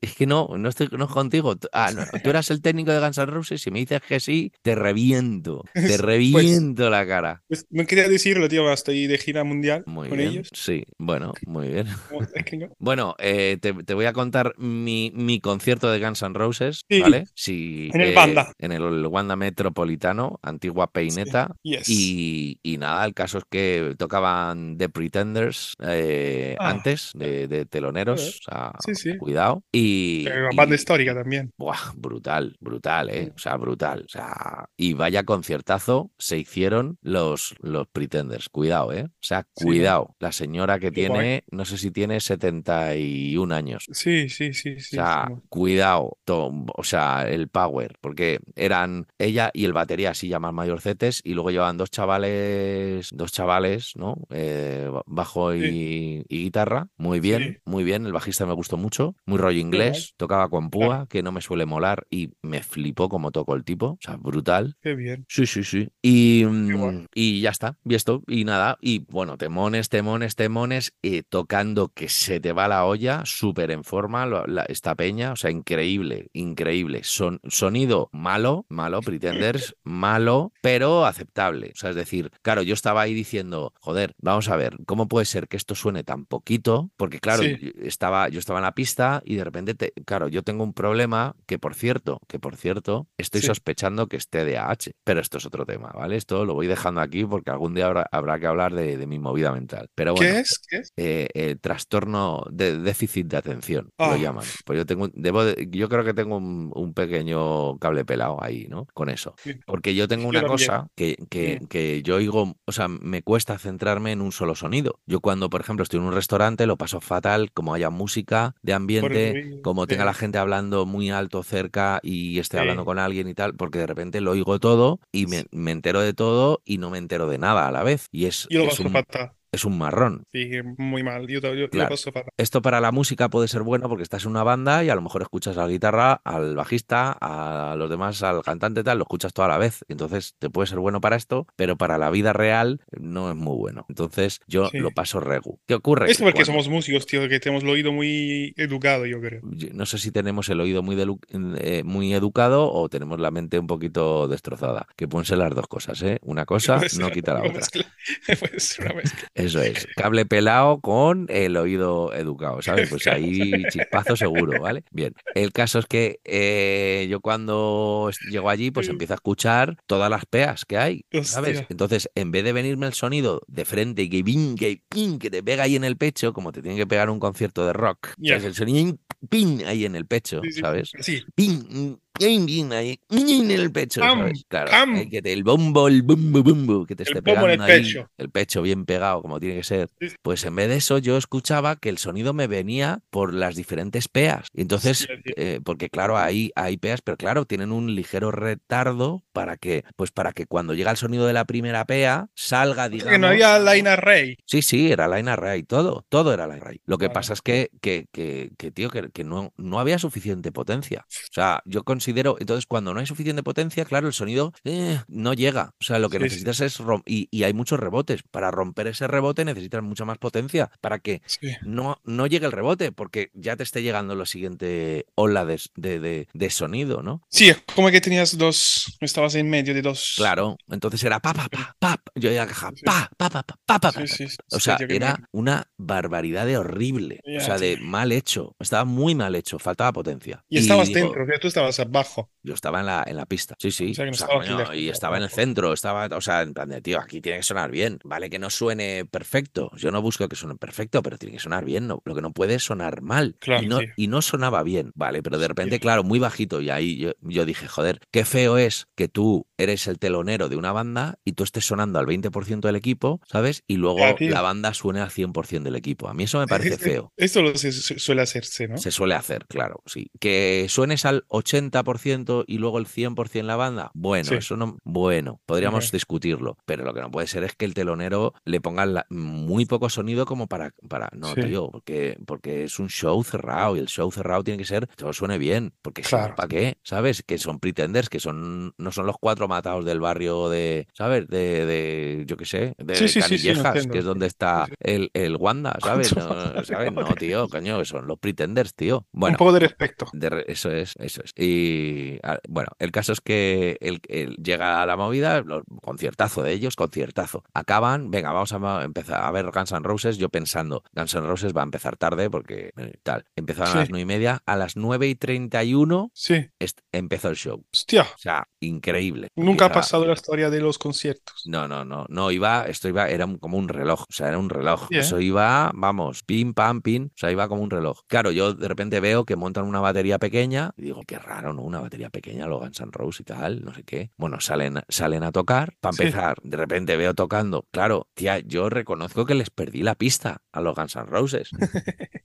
Speaker 1: es que no, no estoy no es contigo. T- Ah, no, tú eras el técnico de Guns N' Roses, si me dices que sí, te reviento, te reviento la cara.
Speaker 2: Pues, no quería decirlo, tío, pero estoy de gira mundial
Speaker 1: Muy
Speaker 2: con
Speaker 1: bien,
Speaker 2: ellos.
Speaker 1: sí, bueno, muy bien.
Speaker 2: como técnico.
Speaker 1: Bueno, eh, te, te voy a contar mi, mi concierto de Guns N' Roses,
Speaker 2: Sí.
Speaker 1: ¿vale? Sí,
Speaker 2: En el
Speaker 1: eh,
Speaker 2: Wanda.
Speaker 1: en el Wanda Metropolitano, antigua Peineta.
Speaker 2: Yes.
Speaker 1: Y, y nada, el caso es que tocaban The Pretenders eh,
Speaker 2: Ah.
Speaker 1: antes, de, de teloneros, o sea,
Speaker 2: Sí, sí.
Speaker 1: cuidado. Y,
Speaker 2: Pero
Speaker 1: y-
Speaker 2: banda histórica también.
Speaker 1: Buah, brutal, brutal, ¿eh? O sea, brutal. O sea, y vaya conciertazo se hicieron los, los Pretenders. Cuidado, ¿eh? O sea,
Speaker 2: Sí, ¿no?
Speaker 1: cuidado. La señora que
Speaker 2: Qué guay.
Speaker 1: tiene, no sé si tiene 71 años.
Speaker 2: Sí, sí, sí, sí.
Speaker 1: O sea,
Speaker 2: sí.
Speaker 1: cuidado, Tom, o sea, el power, porque eran ella y el batería, así llaman mayorcetes, y luego llevaban dos chavales, dos chavales, ¿no? Eh, ba- bajo y, y guitarra, muy bien,
Speaker 2: Sí.
Speaker 1: muy bien, el bajista me gustó mucho, muy rollo inglés, tocaba con púa, que no me suele molar, y me flipó como tocó el tipo, o sea, brutal.
Speaker 2: Qué bien.
Speaker 1: Sí, sí, sí. Y,
Speaker 2: guay.
Speaker 1: mm, y ya está, y esto, y nada. Y bueno, temones, temones, temones, eh, tocando que se te va la olla, súper en forma lo- la- esta peña, o sea, increíble, increíble. Son, sonido malo, malo, Pretenders, malo, pero aceptable. O sea, es decir, claro, yo estaba ahí diciendo, joder, vamos a ver, ¿cómo puede ser que esto suene tan poquito? Porque claro,
Speaker 2: Sí.
Speaker 1: yo estaba, yo estaba en la pista y de repente, te- claro, yo tengo un problema que por cierto, que por cierto, estoy
Speaker 2: Sí.
Speaker 1: sospechando que es TDAH, pero esto es otro tema, ¿vale? Esto lo voy dejando aquí porque algún día habrá, habrá que hablar de, de mi movida mental. Pero bueno,
Speaker 2: ¿Qué es? ¿Qué es?
Speaker 1: eh, eh, trastorno de déficit de atención,
Speaker 2: Ah.
Speaker 1: lo llaman. Pues yo tengo, un- debo de- yo creo que tengo un, un pequeño cable pelado ahí, ¿no? Con eso.
Speaker 2: Sí.
Speaker 1: Porque yo tengo
Speaker 2: Yo
Speaker 1: una
Speaker 2: también.
Speaker 1: cosa que, que,
Speaker 2: Mm.
Speaker 1: que yo oigo, o sea, me cuesta centrarme en un solo sonido. Yo cuando, por ejemplo, estoy en un restaurante, lo paso fatal, como haya música de ambiente,
Speaker 2: ruido,
Speaker 1: como tenga
Speaker 2: sí.
Speaker 1: la gente hablando muy alto cerca y esté
Speaker 2: Sí.
Speaker 1: hablando con alguien y tal, porque de repente lo oigo todo y me, me entero de todo y no me entero de nada a la vez. Y es,
Speaker 2: Yo lo
Speaker 1: es
Speaker 2: paso
Speaker 1: un-
Speaker 2: fatal.
Speaker 1: es un marrón.
Speaker 2: Sí, muy mal. Yo, yo- yo
Speaker 1: Claro.
Speaker 2: lo paso fatal.
Speaker 1: Esto para la música puede ser bueno porque estás en una banda y a lo mejor escuchas a la guitarra, al bajista, a los demás, al cantante, tal, lo escuchas toda la vez. Entonces te puede ser bueno para esto, pero para la vida real no es muy bueno. Entonces yo
Speaker 2: Sí.
Speaker 1: lo paso regu. ¿Qué ocurre?
Speaker 2: Es porque
Speaker 1: Cuando-
Speaker 2: somos músicos, tío, que tenemos el oído muy educado, yo creo.
Speaker 1: yo No sé si tenemos el oído muy, delu- eh, muy educado o tenemos la mente un poquito destrozada, que pueden ser las dos cosas, ¿eh? Una cosa
Speaker 2: Puede ser
Speaker 1: no quita la
Speaker 2: una
Speaker 1: otra.
Speaker 2: mezcla. Puede ser una mezcla.
Speaker 1: Eso es, cable pelado con el oído educado, ¿sabes? Pues ahí chispazo seguro, ¿vale? Bien, el caso es que eh, yo cuando es- llego allí, pues
Speaker 2: Sí.
Speaker 1: empiezo a escuchar todas las peas que hay, ¿sabes?
Speaker 2: Hostia.
Speaker 1: Entonces, en vez de venirme el sonido de frente y que pin, que pin, que te pega ahí en el pecho, como te tiene que pegar un concierto de rock,
Speaker 2: Ya.
Speaker 1: es el sonido pin ahí en el pecho,
Speaker 2: Sí, sí.
Speaker 1: ¿sabes?
Speaker 2: Sí,
Speaker 1: pin, pin, pin, ahí, pin en el pecho,
Speaker 2: Pam,
Speaker 1: ¿sabes? Claro,
Speaker 2: pam.
Speaker 1: ahí que te- el bombo, el bumbo, bumbo, que te
Speaker 2: El
Speaker 1: esté
Speaker 2: bombo en el
Speaker 1: pegando ahí,
Speaker 2: pecho.
Speaker 1: el pecho bien pegado, como tiene que ser.
Speaker 2: Sí, sí.
Speaker 1: Pues en vez de eso, yo escuchaba que el sonido me venía por las diferentes peas. Y entonces,
Speaker 2: Hostia, tío.
Speaker 1: eh, porque claro, ahí hay peas, pero claro, tienen un ligero retardo para que, pues para que cuando llega el sonido de la primera pea, salga,
Speaker 2: O sea
Speaker 1: digamos.
Speaker 2: que no había Laina Rey.
Speaker 1: Sí, sí, era Line Ray, todo, todo era Line Ray. Lo que
Speaker 2: Vale.
Speaker 1: pasa es que, que, que, que, tío, que, que no, no había suficiente potencia. O sea, yo considero, entonces cuando no hay suficiente potencia, claro, el sonido eh, no llega. O sea, lo que
Speaker 2: Sí, sí.
Speaker 1: necesitas es, rom- y, y hay muchos rebotes. Para romper ese rebote necesitas mucha más potencia para que
Speaker 2: Sí.
Speaker 1: no, no llegue el rebote, porque ya te esté llegando la siguiente ola de, s- de, de, de sonido, ¿no?
Speaker 2: Sí, es como que tenías dos, estabas en medio de dos.
Speaker 1: Claro, entonces era pa, pa, pa, pa, yo ya caja,
Speaker 2: Sí.
Speaker 1: pa, pa, pa, pa, pa, pa, pa,
Speaker 2: Sí, sí, sí,
Speaker 1: O sea,
Speaker 2: yo que me-
Speaker 1: era una barbaridad de horrible. O
Speaker 2: Ya,
Speaker 1: sea, de mal hecho. Estaba muy mal hecho. Faltaba potencia.
Speaker 2: Y estabas
Speaker 1: digo,
Speaker 2: dentro, que tú estabas abajo.
Speaker 1: Yo estaba en la, en la pista. Sí, sí.
Speaker 2: O sea, que no
Speaker 1: O sea,
Speaker 2: estaba aquí
Speaker 1: coño,
Speaker 2: lejos,
Speaker 1: y estaba en el
Speaker 2: tampoco.
Speaker 1: centro. Estaba, o sea, en plan de, tío, aquí tiene que sonar bien. Vale que no suene perfecto. Yo no busco que suene perfecto, pero tiene que sonar bien. No, lo que no puede es sonar mal.
Speaker 2: Claro,
Speaker 1: y, no,
Speaker 2: tío.
Speaker 1: y no sonaba bien. Vale, pero de repente, claro, muy bajito. Y ahí yo, yo dije, joder, qué feo es que tú eres el telonero de una banda y tú estés sonando al 20% del equipo, ¿sabes? Y luego
Speaker 2: Ya, tío.
Speaker 1: la banda suene al 100% del equipo. A mí eso me parece feo.
Speaker 2: Esto lo se- su- suele hacerse, ¿no?
Speaker 1: Se suele hacer, claro, sí. Que suenes al 80% y luego el 100% la banda. Bueno,
Speaker 2: Sí.
Speaker 1: eso no. Bueno, podríamos
Speaker 2: Ok.
Speaker 1: discutirlo. Pero lo que no puede ser es que el telonero le ponga la- muy poco sonido como para. para no,
Speaker 2: Sí.
Speaker 1: tío, porque, porque es un show cerrado y el show cerrado tiene que ser. Todo suene bien. Porque si no,
Speaker 2: Claro.
Speaker 1: ¿para qué? ¿Sabes? Que son pretenders, que son no son los cuatro matados del barrio de. ¿Sabes? De. de yo qué sé. De
Speaker 2: Sí, sí, sí, sí, lo
Speaker 1: Canillejas, que
Speaker 2: entiendo.
Speaker 1: es donde está
Speaker 2: Sí,
Speaker 1: el, el Wanda, ¿sabes?
Speaker 2: Cuatro
Speaker 1: No,
Speaker 2: matados del
Speaker 1: ¿sabes? No,
Speaker 2: barrio.
Speaker 1: tío, coño, que son los pretenders, tío.
Speaker 2: Un
Speaker 1: Bueno,
Speaker 2: poco de respeto.
Speaker 1: de re- eso es, eso es. Y a- bueno, el caso es que el, el- llega a la movida, lo- conciertazo de ellos, conciertazo. Acaban, venga, vamos a ma- empezar a ver Guns N' Roses. Yo pensando, Guns N' Roses va a empezar tarde porque eh, tal. Empezaron
Speaker 2: Sí.
Speaker 1: a las nueve y media, a las nueve y treinta y uno
Speaker 2: Sí.
Speaker 1: est- empezó el show.
Speaker 2: Hostia,
Speaker 1: O sea, increíble.
Speaker 2: nunca ha
Speaker 1: Empieza-
Speaker 2: pasado la historia de los conciertos.
Speaker 1: no, no, no, no iba, esto iba, era un- como un reloj, o sea, era un reloj.
Speaker 2: Sí, ¿eh?
Speaker 1: Eso iba, vamos, pim, pam, pim, o sea, iba como un reloj. Claro, yo de repente veo que montan una batería pequeña y digo, qué raro, ¿no? Una batería pequeña, los Guns N' Roses y tal, no sé qué. Bueno, salen, salen a tocar, para
Speaker 2: Sí.
Speaker 1: empezar, de repente veo tocando. Claro, tía, yo reconozco que les perdí la pista a los Guns N' Roses.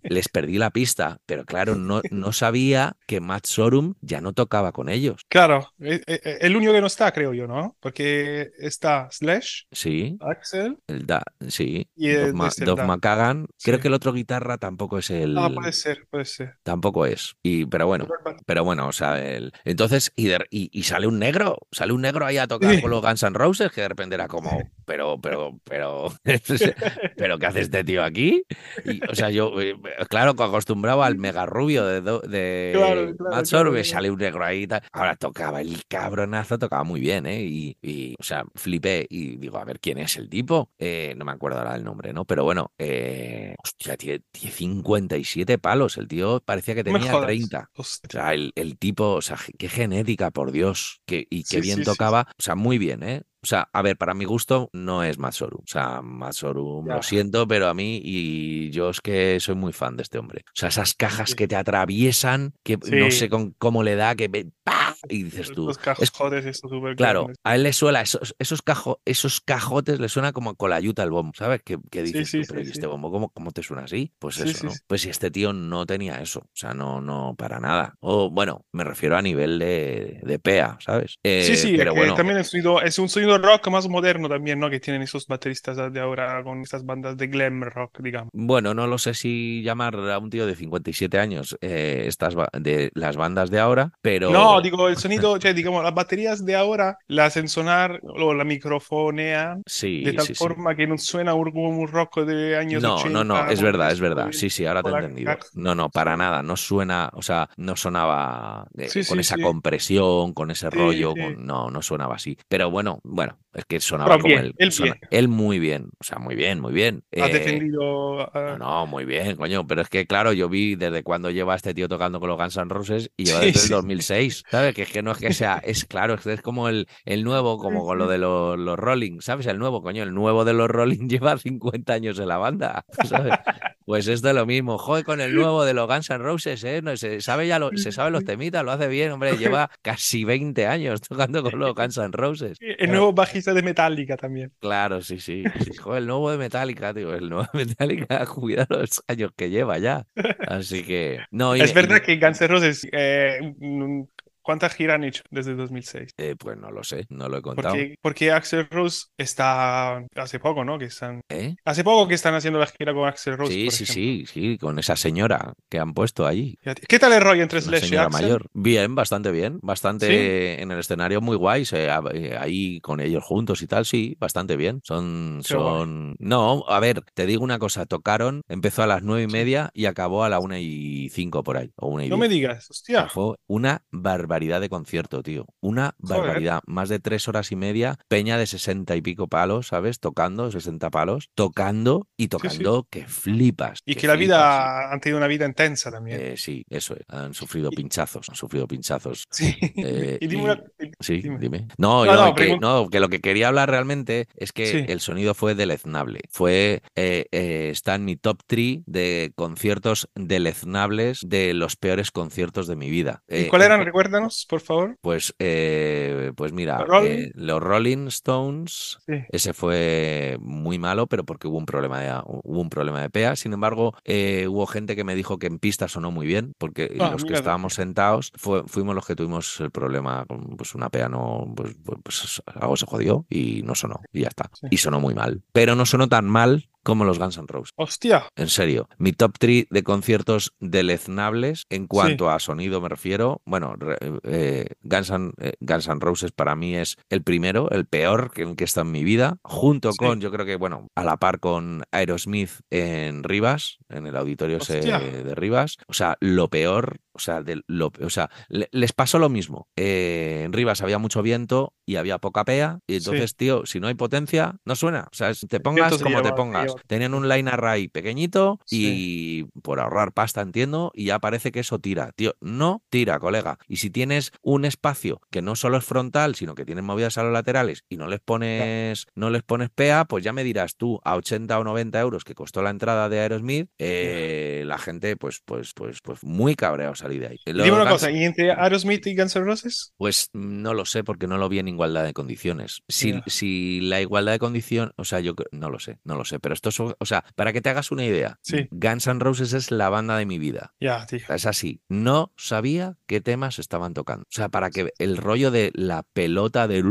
Speaker 1: les perdí la pista, pero claro, no, no sabía que Matt Sorum ya no tocaba con ellos.
Speaker 2: Claro, eh, eh, eh, el único que no está, creo yo, ¿no? Porque está Slash,
Speaker 1: Sí.
Speaker 2: Axel.
Speaker 1: El da, sí,
Speaker 2: Y
Speaker 1: Dov
Speaker 2: el
Speaker 1: Ma-
Speaker 2: es el
Speaker 1: Dov
Speaker 2: Dan.
Speaker 1: McKagan. Creo
Speaker 2: Sí. pues
Speaker 1: que el otro guitarra tampoco es el.
Speaker 2: Ah, puede ser, puede ser.
Speaker 1: Tampoco es. Y, pero bueno, pero bueno, o sea, El, entonces, y, de- y- y sale un negro, sale un negro ahí a tocar con los Guns N' Roses, que de repente era como, pero, pero, pero, pero, ¿qué hace este tío aquí? Y, o sea, yo, eh, claro, que acostumbrado al mega rubio de, do- de
Speaker 2: Claro, claro,
Speaker 1: Matt
Speaker 2: claro,
Speaker 1: Sorbet,
Speaker 2: claro.
Speaker 1: sale un negro ahí y tal. Ahora tocaba el cabronazo, tocaba muy bien, ¿eh? Y, y, o sea, flipé y digo, a ver, ¿quién es el tipo? Eh, no me acuerdo ahora el nombre, ¿no? Pero bueno, eh, hostia, tiene, tiene 57 palos. El tío parecía que
Speaker 2: Me
Speaker 1: tenía
Speaker 2: jodas.
Speaker 1: 30.
Speaker 2: Hostia.
Speaker 1: O sea, el, el tipo, o sea, ge- qué genética, por Dios, que, y qué
Speaker 2: Sí,
Speaker 1: bien
Speaker 2: sí, sí,
Speaker 1: tocaba, o sea, muy bien, ¿eh? O sea, a ver, para mi gusto no es Matsoru. O sea, Matsoru,
Speaker 2: Ya.
Speaker 1: lo siento, pero a mí y yo es que soy muy fan de este hombre. O sea, esas cajas que te atraviesan, que no
Speaker 2: Sí.
Speaker 1: sé con cómo le da, que ve- ¡pa! y dices tú.
Speaker 2: Los
Speaker 1: es-
Speaker 2: cajotes estos súper
Speaker 1: claro,
Speaker 2: grandes.
Speaker 1: a él le suela, esos, esos, cajo, esos cajotes le suena como con la yuta al bombo, ¿sabes? Que, que
Speaker 2: Sí,
Speaker 1: dices,
Speaker 2: sí,
Speaker 1: tú, pero
Speaker 2: sí,
Speaker 1: ¿y
Speaker 2: sí.
Speaker 1: este bombo cómo, cómo te suena así? Pues
Speaker 2: Sí,
Speaker 1: eso,
Speaker 2: sí,
Speaker 1: ¿no?
Speaker 2: sí.
Speaker 1: Pues si este tío no tenía eso, o sea, no, no, para nada. O bueno, me refiero a nivel de, de PEA, ¿sabes? Eh,
Speaker 2: Sí, sí, es
Speaker 1: pero
Speaker 2: que
Speaker 1: bueno,
Speaker 2: también es un, sonido, es un sonido rock más moderno también, ¿no? Que tienen esos bateristas de ahora con estas bandas de glam rock, digamos.
Speaker 1: Bueno, no lo sé si llamar a un tío de 57 años eh, estas ba- de las bandas de ahora, pero
Speaker 2: No, digo, el sonido, cioè, digamos, las baterías de ahora la hacen sonar o la microfonean
Speaker 1: sí,
Speaker 2: de tal
Speaker 1: sí, sí.
Speaker 2: forma que no suena un- como un rock de años
Speaker 1: No, no, no,
Speaker 2: 80,
Speaker 1: es
Speaker 2: con
Speaker 1: verdad, es
Speaker 2: esto
Speaker 1: verdad.
Speaker 2: de-
Speaker 1: Sí, sí, ahora te he
Speaker 2: con la
Speaker 1: entendido.
Speaker 2: caja.
Speaker 1: No, no, para nada, no suena, o sea, no sonaba eh,
Speaker 2: Sí,
Speaker 1: con
Speaker 2: sí,
Speaker 1: esa
Speaker 2: sí.
Speaker 1: compresión, con ese
Speaker 2: Sí,
Speaker 1: rollo,
Speaker 2: sí.
Speaker 1: con- no, no sonaba así. Pero bueno, bueno, es que sonaba como
Speaker 2: bien,
Speaker 1: él,
Speaker 2: él
Speaker 1: sona-
Speaker 2: bien.
Speaker 1: él muy bien, o sea, muy bien, muy bien.
Speaker 2: Ha
Speaker 1: Eh,
Speaker 2: defendido
Speaker 1: no,
Speaker 2: ah,
Speaker 1: no, muy bien, coño, pero es que claro, yo vi desde cuando lleva este tío tocando con los Guns N' Roses y lleva
Speaker 2: Sí,
Speaker 1: desde el
Speaker 2: sí.
Speaker 1: 2006, ¿sabes? Que es que no es que sea, es claro, es que es como el, el nuevo, como con lo de los, los Rolling, ¿sabes? El nuevo, coño, el nuevo de los Rolling lleva 50 años en la banda, ¿sabes? Pues esto es lo mismo, joder, con el nuevo de los Guns N' Roses, ¿eh? No, se sabe ya, lo- se sabe los temitas, lo hace bien, hombre, lleva casi 20 años tocando con los Guns N' Roses.
Speaker 2: el
Speaker 1: Claro.
Speaker 2: nuevo bajista de Metallica también.
Speaker 1: Claro, sí, sí. sí. Joder, el nuevo de Metallica, tío. El nuevo de Metallica, cuidado los años que lleva ya. Así que. No, y
Speaker 2: Es
Speaker 1: me- y
Speaker 2: verdad
Speaker 1: me-
Speaker 2: que Guns N' Roses, eh, mm, ¿cuántas giras han hecho desde 2006?
Speaker 1: eh, pues no lo sé, no lo he contado.
Speaker 2: Porque, porque Axel Rose está hace poco, ¿no? Que están,
Speaker 1: ¿Eh?
Speaker 2: hace poco que están haciendo la gira con Axel Rose,
Speaker 1: Sí,
Speaker 2: por
Speaker 1: sí,
Speaker 2: ejemplo.
Speaker 1: sí, sí, con esa señora que han puesto allí.
Speaker 2: Fíjate. ¿Qué tal el rollo entre
Speaker 1: Una
Speaker 2: Slash y
Speaker 1: señora
Speaker 2: Axl?
Speaker 1: mayor. Bien, bastante bien. Bastante en el escenario muy guay. se- a- eh, ahí con ellos juntos y tal, sí, bastante bien. Son,
Speaker 2: Qué guay.
Speaker 1: son. No, a ver, te digo una cosa. Tocaron, empezó a las nueve y media y acabó a la una y cinco por ahí. O una y
Speaker 2: No
Speaker 1: diez.
Speaker 2: me digas, hostia.
Speaker 1: Fue una barbaridad de concierto, tío. Una
Speaker 2: Joder.
Speaker 1: barbaridad. Más de tres horas y media, peña de sesenta y pico palos, ¿sabes? Tocando, 60 palos, tocando y tocando que flipas.
Speaker 2: Y que la vida
Speaker 1: flipas.
Speaker 2: han tenido una vida intensa también.
Speaker 1: Eh, sí, eso es. Han sufrido pinchazos, han sufrido pinchazos.
Speaker 2: Sí.
Speaker 1: eh,
Speaker 2: Y dime
Speaker 1: y-
Speaker 2: una-
Speaker 1: Sí,
Speaker 2: dime.
Speaker 1: dime. No,
Speaker 2: No,
Speaker 1: no,
Speaker 2: no,
Speaker 1: que,
Speaker 2: pregun-
Speaker 1: no, que lo que quería hablar realmente es que
Speaker 2: Sí.
Speaker 1: el sonido fue deleznable. Fue, eh, eh, está en mi top 3 de conciertos deleznables de los peores conciertos de mi vida.
Speaker 2: ¿Y
Speaker 1: Eh,
Speaker 2: cuál
Speaker 1: en
Speaker 2: eran?
Speaker 1: cu-
Speaker 2: Recuérdanos, por favor.
Speaker 1: Pues, eh, pues mira,
Speaker 2: ¿Los Rolling?
Speaker 1: eh, los Rolling Stones,
Speaker 2: Sí.
Speaker 1: ese fue muy malo, pero porque hubo un problema de, hubo un problema de PEA. Sin embargo, eh, hubo gente que me dijo que en pista sonó muy bien, porque
Speaker 2: Ah,
Speaker 1: los que
Speaker 2: mira.
Speaker 1: estábamos sentados fue- fuimos los que tuvimos el problema con pues una PEA, no, pues, pues- pues algo se jodió y no sonó, y ya está.
Speaker 2: Sí.
Speaker 1: Y sonó muy mal, pero no sonó tan mal como los Guns N' Roses.
Speaker 2: Hostia,
Speaker 1: En serio, mi top 3 de conciertos deleznables en cuanto a sonido me refiero. Bueno, re- eh, Guns, N', eh, Guns N' Roses para mí es el primero, el peor que, que está en mi vida, junto
Speaker 2: Sí.
Speaker 1: con, yo creo que, bueno, a la par con Aerosmith en Rivas, en el auditorio ese
Speaker 2: Hostia.
Speaker 1: de Rivas. O sea, lo peor, o sea, de lo, o sea le- les pasó lo mismo. Eh, en Rivas había mucho viento y había poca pea, y
Speaker 2: Sí.
Speaker 1: entonces, tío, si no hay potencia, no suena. O sea, es- te pongas
Speaker 2: viento se
Speaker 1: como te
Speaker 2: lleva, se
Speaker 1: pongas.
Speaker 2: lleva.
Speaker 1: Tenían un line array pequeñito
Speaker 2: Sí.
Speaker 1: y por ahorrar pasta, entiendo, y ya parece que eso tira. Tío, no tira, colega. Y si tienes un espacio que no solo es frontal, sino que tienes movidas a los laterales y no les pones, no les pones PA, pues ya me dirás tú, a 80 o 90 euros que costó la entrada de Aerosmith, eh, la gente, pues, pues, pues, pues, muy cabreado salí de ahí.
Speaker 2: Y dime una
Speaker 1: Los
Speaker 2: cosa, ¿y entre Aerosmith y Guns N' Roses?
Speaker 1: pues no lo sé porque no lo vi en igualdad de condiciones. Si,
Speaker 2: Ya.
Speaker 1: si la igualdad de condición, o sea, yo cre- no lo sé, no lo sé, pero esto son, o sea, para que te hagas una idea,
Speaker 2: Sí.
Speaker 1: Guns N' Roses es la banda de mi vida.
Speaker 2: Ya, tío.
Speaker 1: O sea, Es así, no sabía qué temas estaban tocando. O sea, para que el rollo de la pelota de...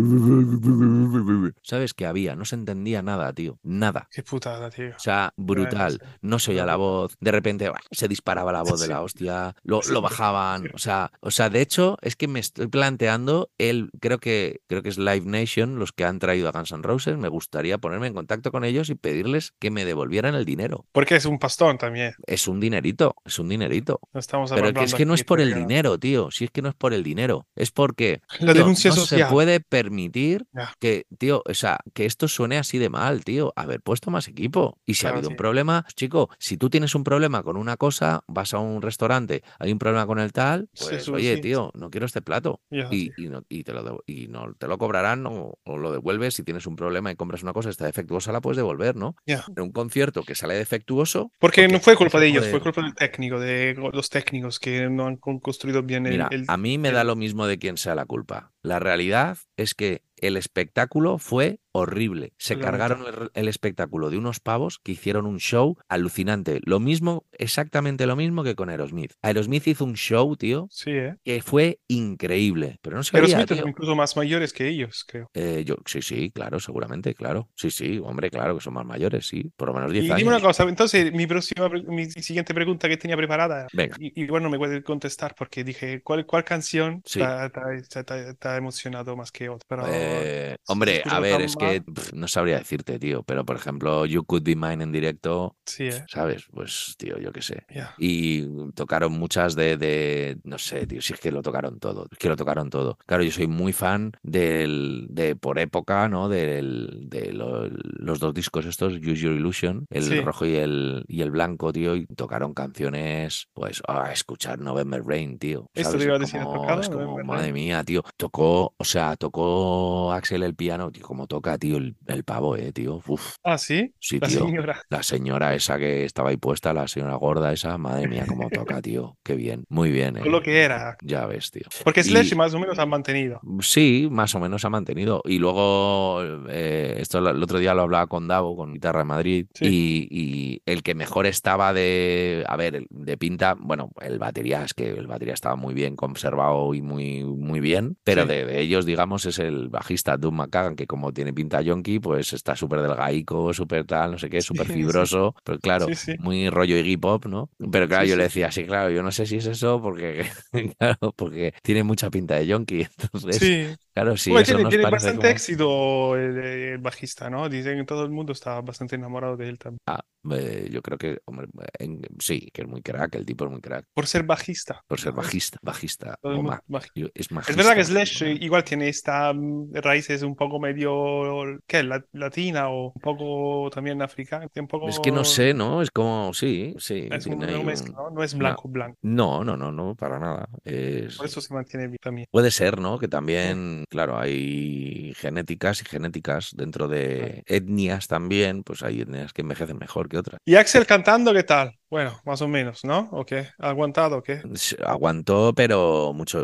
Speaker 1: ¿Sabes qué había? No se entendía nada, tío. Nada.
Speaker 2: Qué putada, tío.
Speaker 1: O sea, brutal.
Speaker 2: sí.
Speaker 1: No se oía la voz. De repente ¡buah! se disparaba la voz de
Speaker 2: Sí.
Speaker 1: la hostia. Lo,
Speaker 2: Sí,
Speaker 1: lo lo bajaban. O sea, o sea, de hecho, es que me estoy planteando el, creo que, creo que es Live Nation los que han traído a Guns N' Roses. Me gustaría ponerme en contacto con ellos y pedirles que me devolvieran el dinero.
Speaker 2: Porque es un pastón también.
Speaker 1: Es un dinerito, es un dinerito.
Speaker 2: No estamos
Speaker 1: Pero que
Speaker 2: hablando
Speaker 1: es que no
Speaker 2: aquí
Speaker 1: es por el
Speaker 2: porque-
Speaker 1: dinero, tío. Si es que no es por el dinero. Es porque
Speaker 2: La
Speaker 1: tío,
Speaker 2: denuncia
Speaker 1: no
Speaker 2: social.
Speaker 1: se puede permitir
Speaker 2: Ya.
Speaker 1: que, tío, o sea, que esto suene así de mal, tío. Haber puesto más equipo. Y si
Speaker 2: Claro,
Speaker 1: ha habido
Speaker 2: sí.
Speaker 1: un problema, chico, si tú tienes un problema con una cosa, vas a un restaurante, hay un problema con el tal,
Speaker 2: Sí,
Speaker 1: pues,
Speaker 2: eso
Speaker 1: oye,
Speaker 2: sí.
Speaker 1: tío, no quiero este plato.
Speaker 2: Ya, sí.
Speaker 1: Y, y no, y te lo devo- y no te lo cobrarán o, o lo devuelves. Si tienes un problema y compras una cosa que está defectuosa, la puedes devolver, ¿no?
Speaker 2: Ya.
Speaker 1: Pero un concierto que sale defectuoso.
Speaker 2: Porque no fue culpa
Speaker 1: se
Speaker 2: de ellos,
Speaker 1: puede-
Speaker 2: fue culpa del técnico, de los técnicos que no han con- construido bien el...
Speaker 1: Mira,
Speaker 2: el-
Speaker 1: a mí me da
Speaker 2: el-
Speaker 1: lo mismo de quién sea la culpa. La realidad es que el espectáculo fue horrible. Se
Speaker 2: Lamentable.
Speaker 1: cargaron el, el espectáculo de unos pavos que hicieron un show alucinante. Lo mismo, exactamente lo mismo que con Aerosmith. Aerosmith hizo un show, tío,
Speaker 2: Sí, ¿eh?
Speaker 1: que fue increíble. Pero no se
Speaker 2: Pero
Speaker 1: oía,
Speaker 2: Smith son
Speaker 1: tío.
Speaker 2: incluso más mayores que ellos, creo.
Speaker 1: Eh, yo, sí, sí, claro, seguramente, claro. Sí, sí, hombre, claro que son más mayores, sí. Por lo menos 10
Speaker 2: Y
Speaker 1: años.
Speaker 2: dime una cosa, entonces mi próxima, pre- mi siguiente pregunta que tenía preparada,
Speaker 1: Venga.
Speaker 2: y, igual no me puede contestar porque dije, ¿cuál, cuál canción
Speaker 1: Sí.
Speaker 2: te ha- te ha- te ha- te ha- te ha emocionado más que otra? Pero
Speaker 1: Eh,
Speaker 2: si
Speaker 1: hombre,
Speaker 2: escuchas
Speaker 1: a ver,
Speaker 2: tan
Speaker 1: es que
Speaker 2: mal-
Speaker 1: pf, no sabría decirte, tío, pero por ejemplo, You Could Be Mine en directo,
Speaker 2: sí, eh,
Speaker 1: ¿sabes? Pues, tío, yo qué sé.
Speaker 2: ya.
Speaker 1: Y tocaron muchas de, de- no sé, tío, si es que lo tocaron todo, es que lo tocaron todo. Claro, yo soy muy fan del, de por época, ¿no? Del, de lo- los dos discos estos, Use Your Illusion, el
Speaker 2: Sí.
Speaker 1: rojo y el, y el blanco, tío, y tocaron canciones, pues, a escuchar November Rain, tío.
Speaker 2: Esto te
Speaker 1: ¿sabes?
Speaker 2: iba a
Speaker 1: Es
Speaker 2: decir, ¿has
Speaker 1: como-
Speaker 2: tocado
Speaker 1: es como,
Speaker 2: November
Speaker 1: madre
Speaker 2: Rain?
Speaker 1: mía, tío, tocó, o sea, tocó Axel el piano, tío, como toca, tío, el, el pavo, eh, tío, uf,
Speaker 2: Ah, sí,
Speaker 1: sí,
Speaker 2: la
Speaker 1: tío.
Speaker 2: señora.
Speaker 1: La señora esa que estaba ahí puesta, la señora gorda esa, madre mía, cómo toca, tío. Qué bien, muy bien,
Speaker 2: Con
Speaker 1: ¿eh?
Speaker 2: lo que era.
Speaker 1: Ya ves, tío.
Speaker 2: Porque
Speaker 1: Y-
Speaker 2: Slash más o menos han mantenido.
Speaker 1: Sí, más o menos ha mantenido. Y luego, eh, esto lo- el otro día lo hablaba con Davo, con Guitarra de Madrid,
Speaker 2: Sí.
Speaker 1: y, y el que mejor estaba de, a ver, el- de pinta, bueno, el batería, es que el batería estaba muy bien conservado y muy, muy bien, pero
Speaker 2: Sí.
Speaker 1: de, de ellos, digamos, es el bajista Doug McCagan, que como tiene pinta yonki, pues está súper delgaico, súper tal, no sé qué, súper
Speaker 2: sí.
Speaker 1: fibroso, pero claro,
Speaker 2: Sí, sí.
Speaker 1: muy rollo Iggy Pop, ¿no? Pero claro,
Speaker 2: Sí,
Speaker 1: yo
Speaker 2: sí.
Speaker 1: le decía, sí, claro, yo no sé si es eso porque, claro, porque tiene mucha pinta de yonki, entonces...
Speaker 2: Sí.
Speaker 1: Claro, sí,
Speaker 2: Bueno,
Speaker 1: eso
Speaker 2: tiene,
Speaker 1: nos
Speaker 2: tiene
Speaker 1: parece
Speaker 2: bastante
Speaker 1: como-
Speaker 2: éxito el, el bajista, ¿no? Dicen que todo el mundo está bastante enamorado de él también.
Speaker 1: Ah, eh, yo creo que, hombre, en- sí, que es muy crack, el tipo es muy crack,
Speaker 2: Por ser bajista.
Speaker 1: por ser bajista, bajista,
Speaker 2: Todo el
Speaker 1: o
Speaker 2: mundo
Speaker 1: ma-
Speaker 2: bajista.
Speaker 1: yo- es
Speaker 2: Es verdad que
Speaker 1: magista,
Speaker 2: Slash eh,
Speaker 1: ¿no?
Speaker 2: igual tiene esta mm, raíces un poco medio, ¿qué? La- Latina o un poco también africana, un poco...
Speaker 1: Es que no sé, ¿no? Es como, sí, sí,
Speaker 2: Es un-
Speaker 1: tiene
Speaker 2: una
Speaker 1: ahí
Speaker 2: mezcla,
Speaker 1: un-
Speaker 2: ¿no? No es
Speaker 1: una-
Speaker 2: blanco, blanco.
Speaker 1: No, no, no, no, para nada. Es-
Speaker 2: Por eso se mantiene bien también.
Speaker 1: Puede ser, ¿no? Que también, claro, hay genéticas y genéticas dentro de etnias también, pues hay etnias que envejecen mejor que otras.
Speaker 2: ¿Y Axel cantando qué tal? Bueno, más o menos, ¿no? ¿O qué? ¿Ha aguantado o qué?
Speaker 1: Se- Aguantó, pero mucho,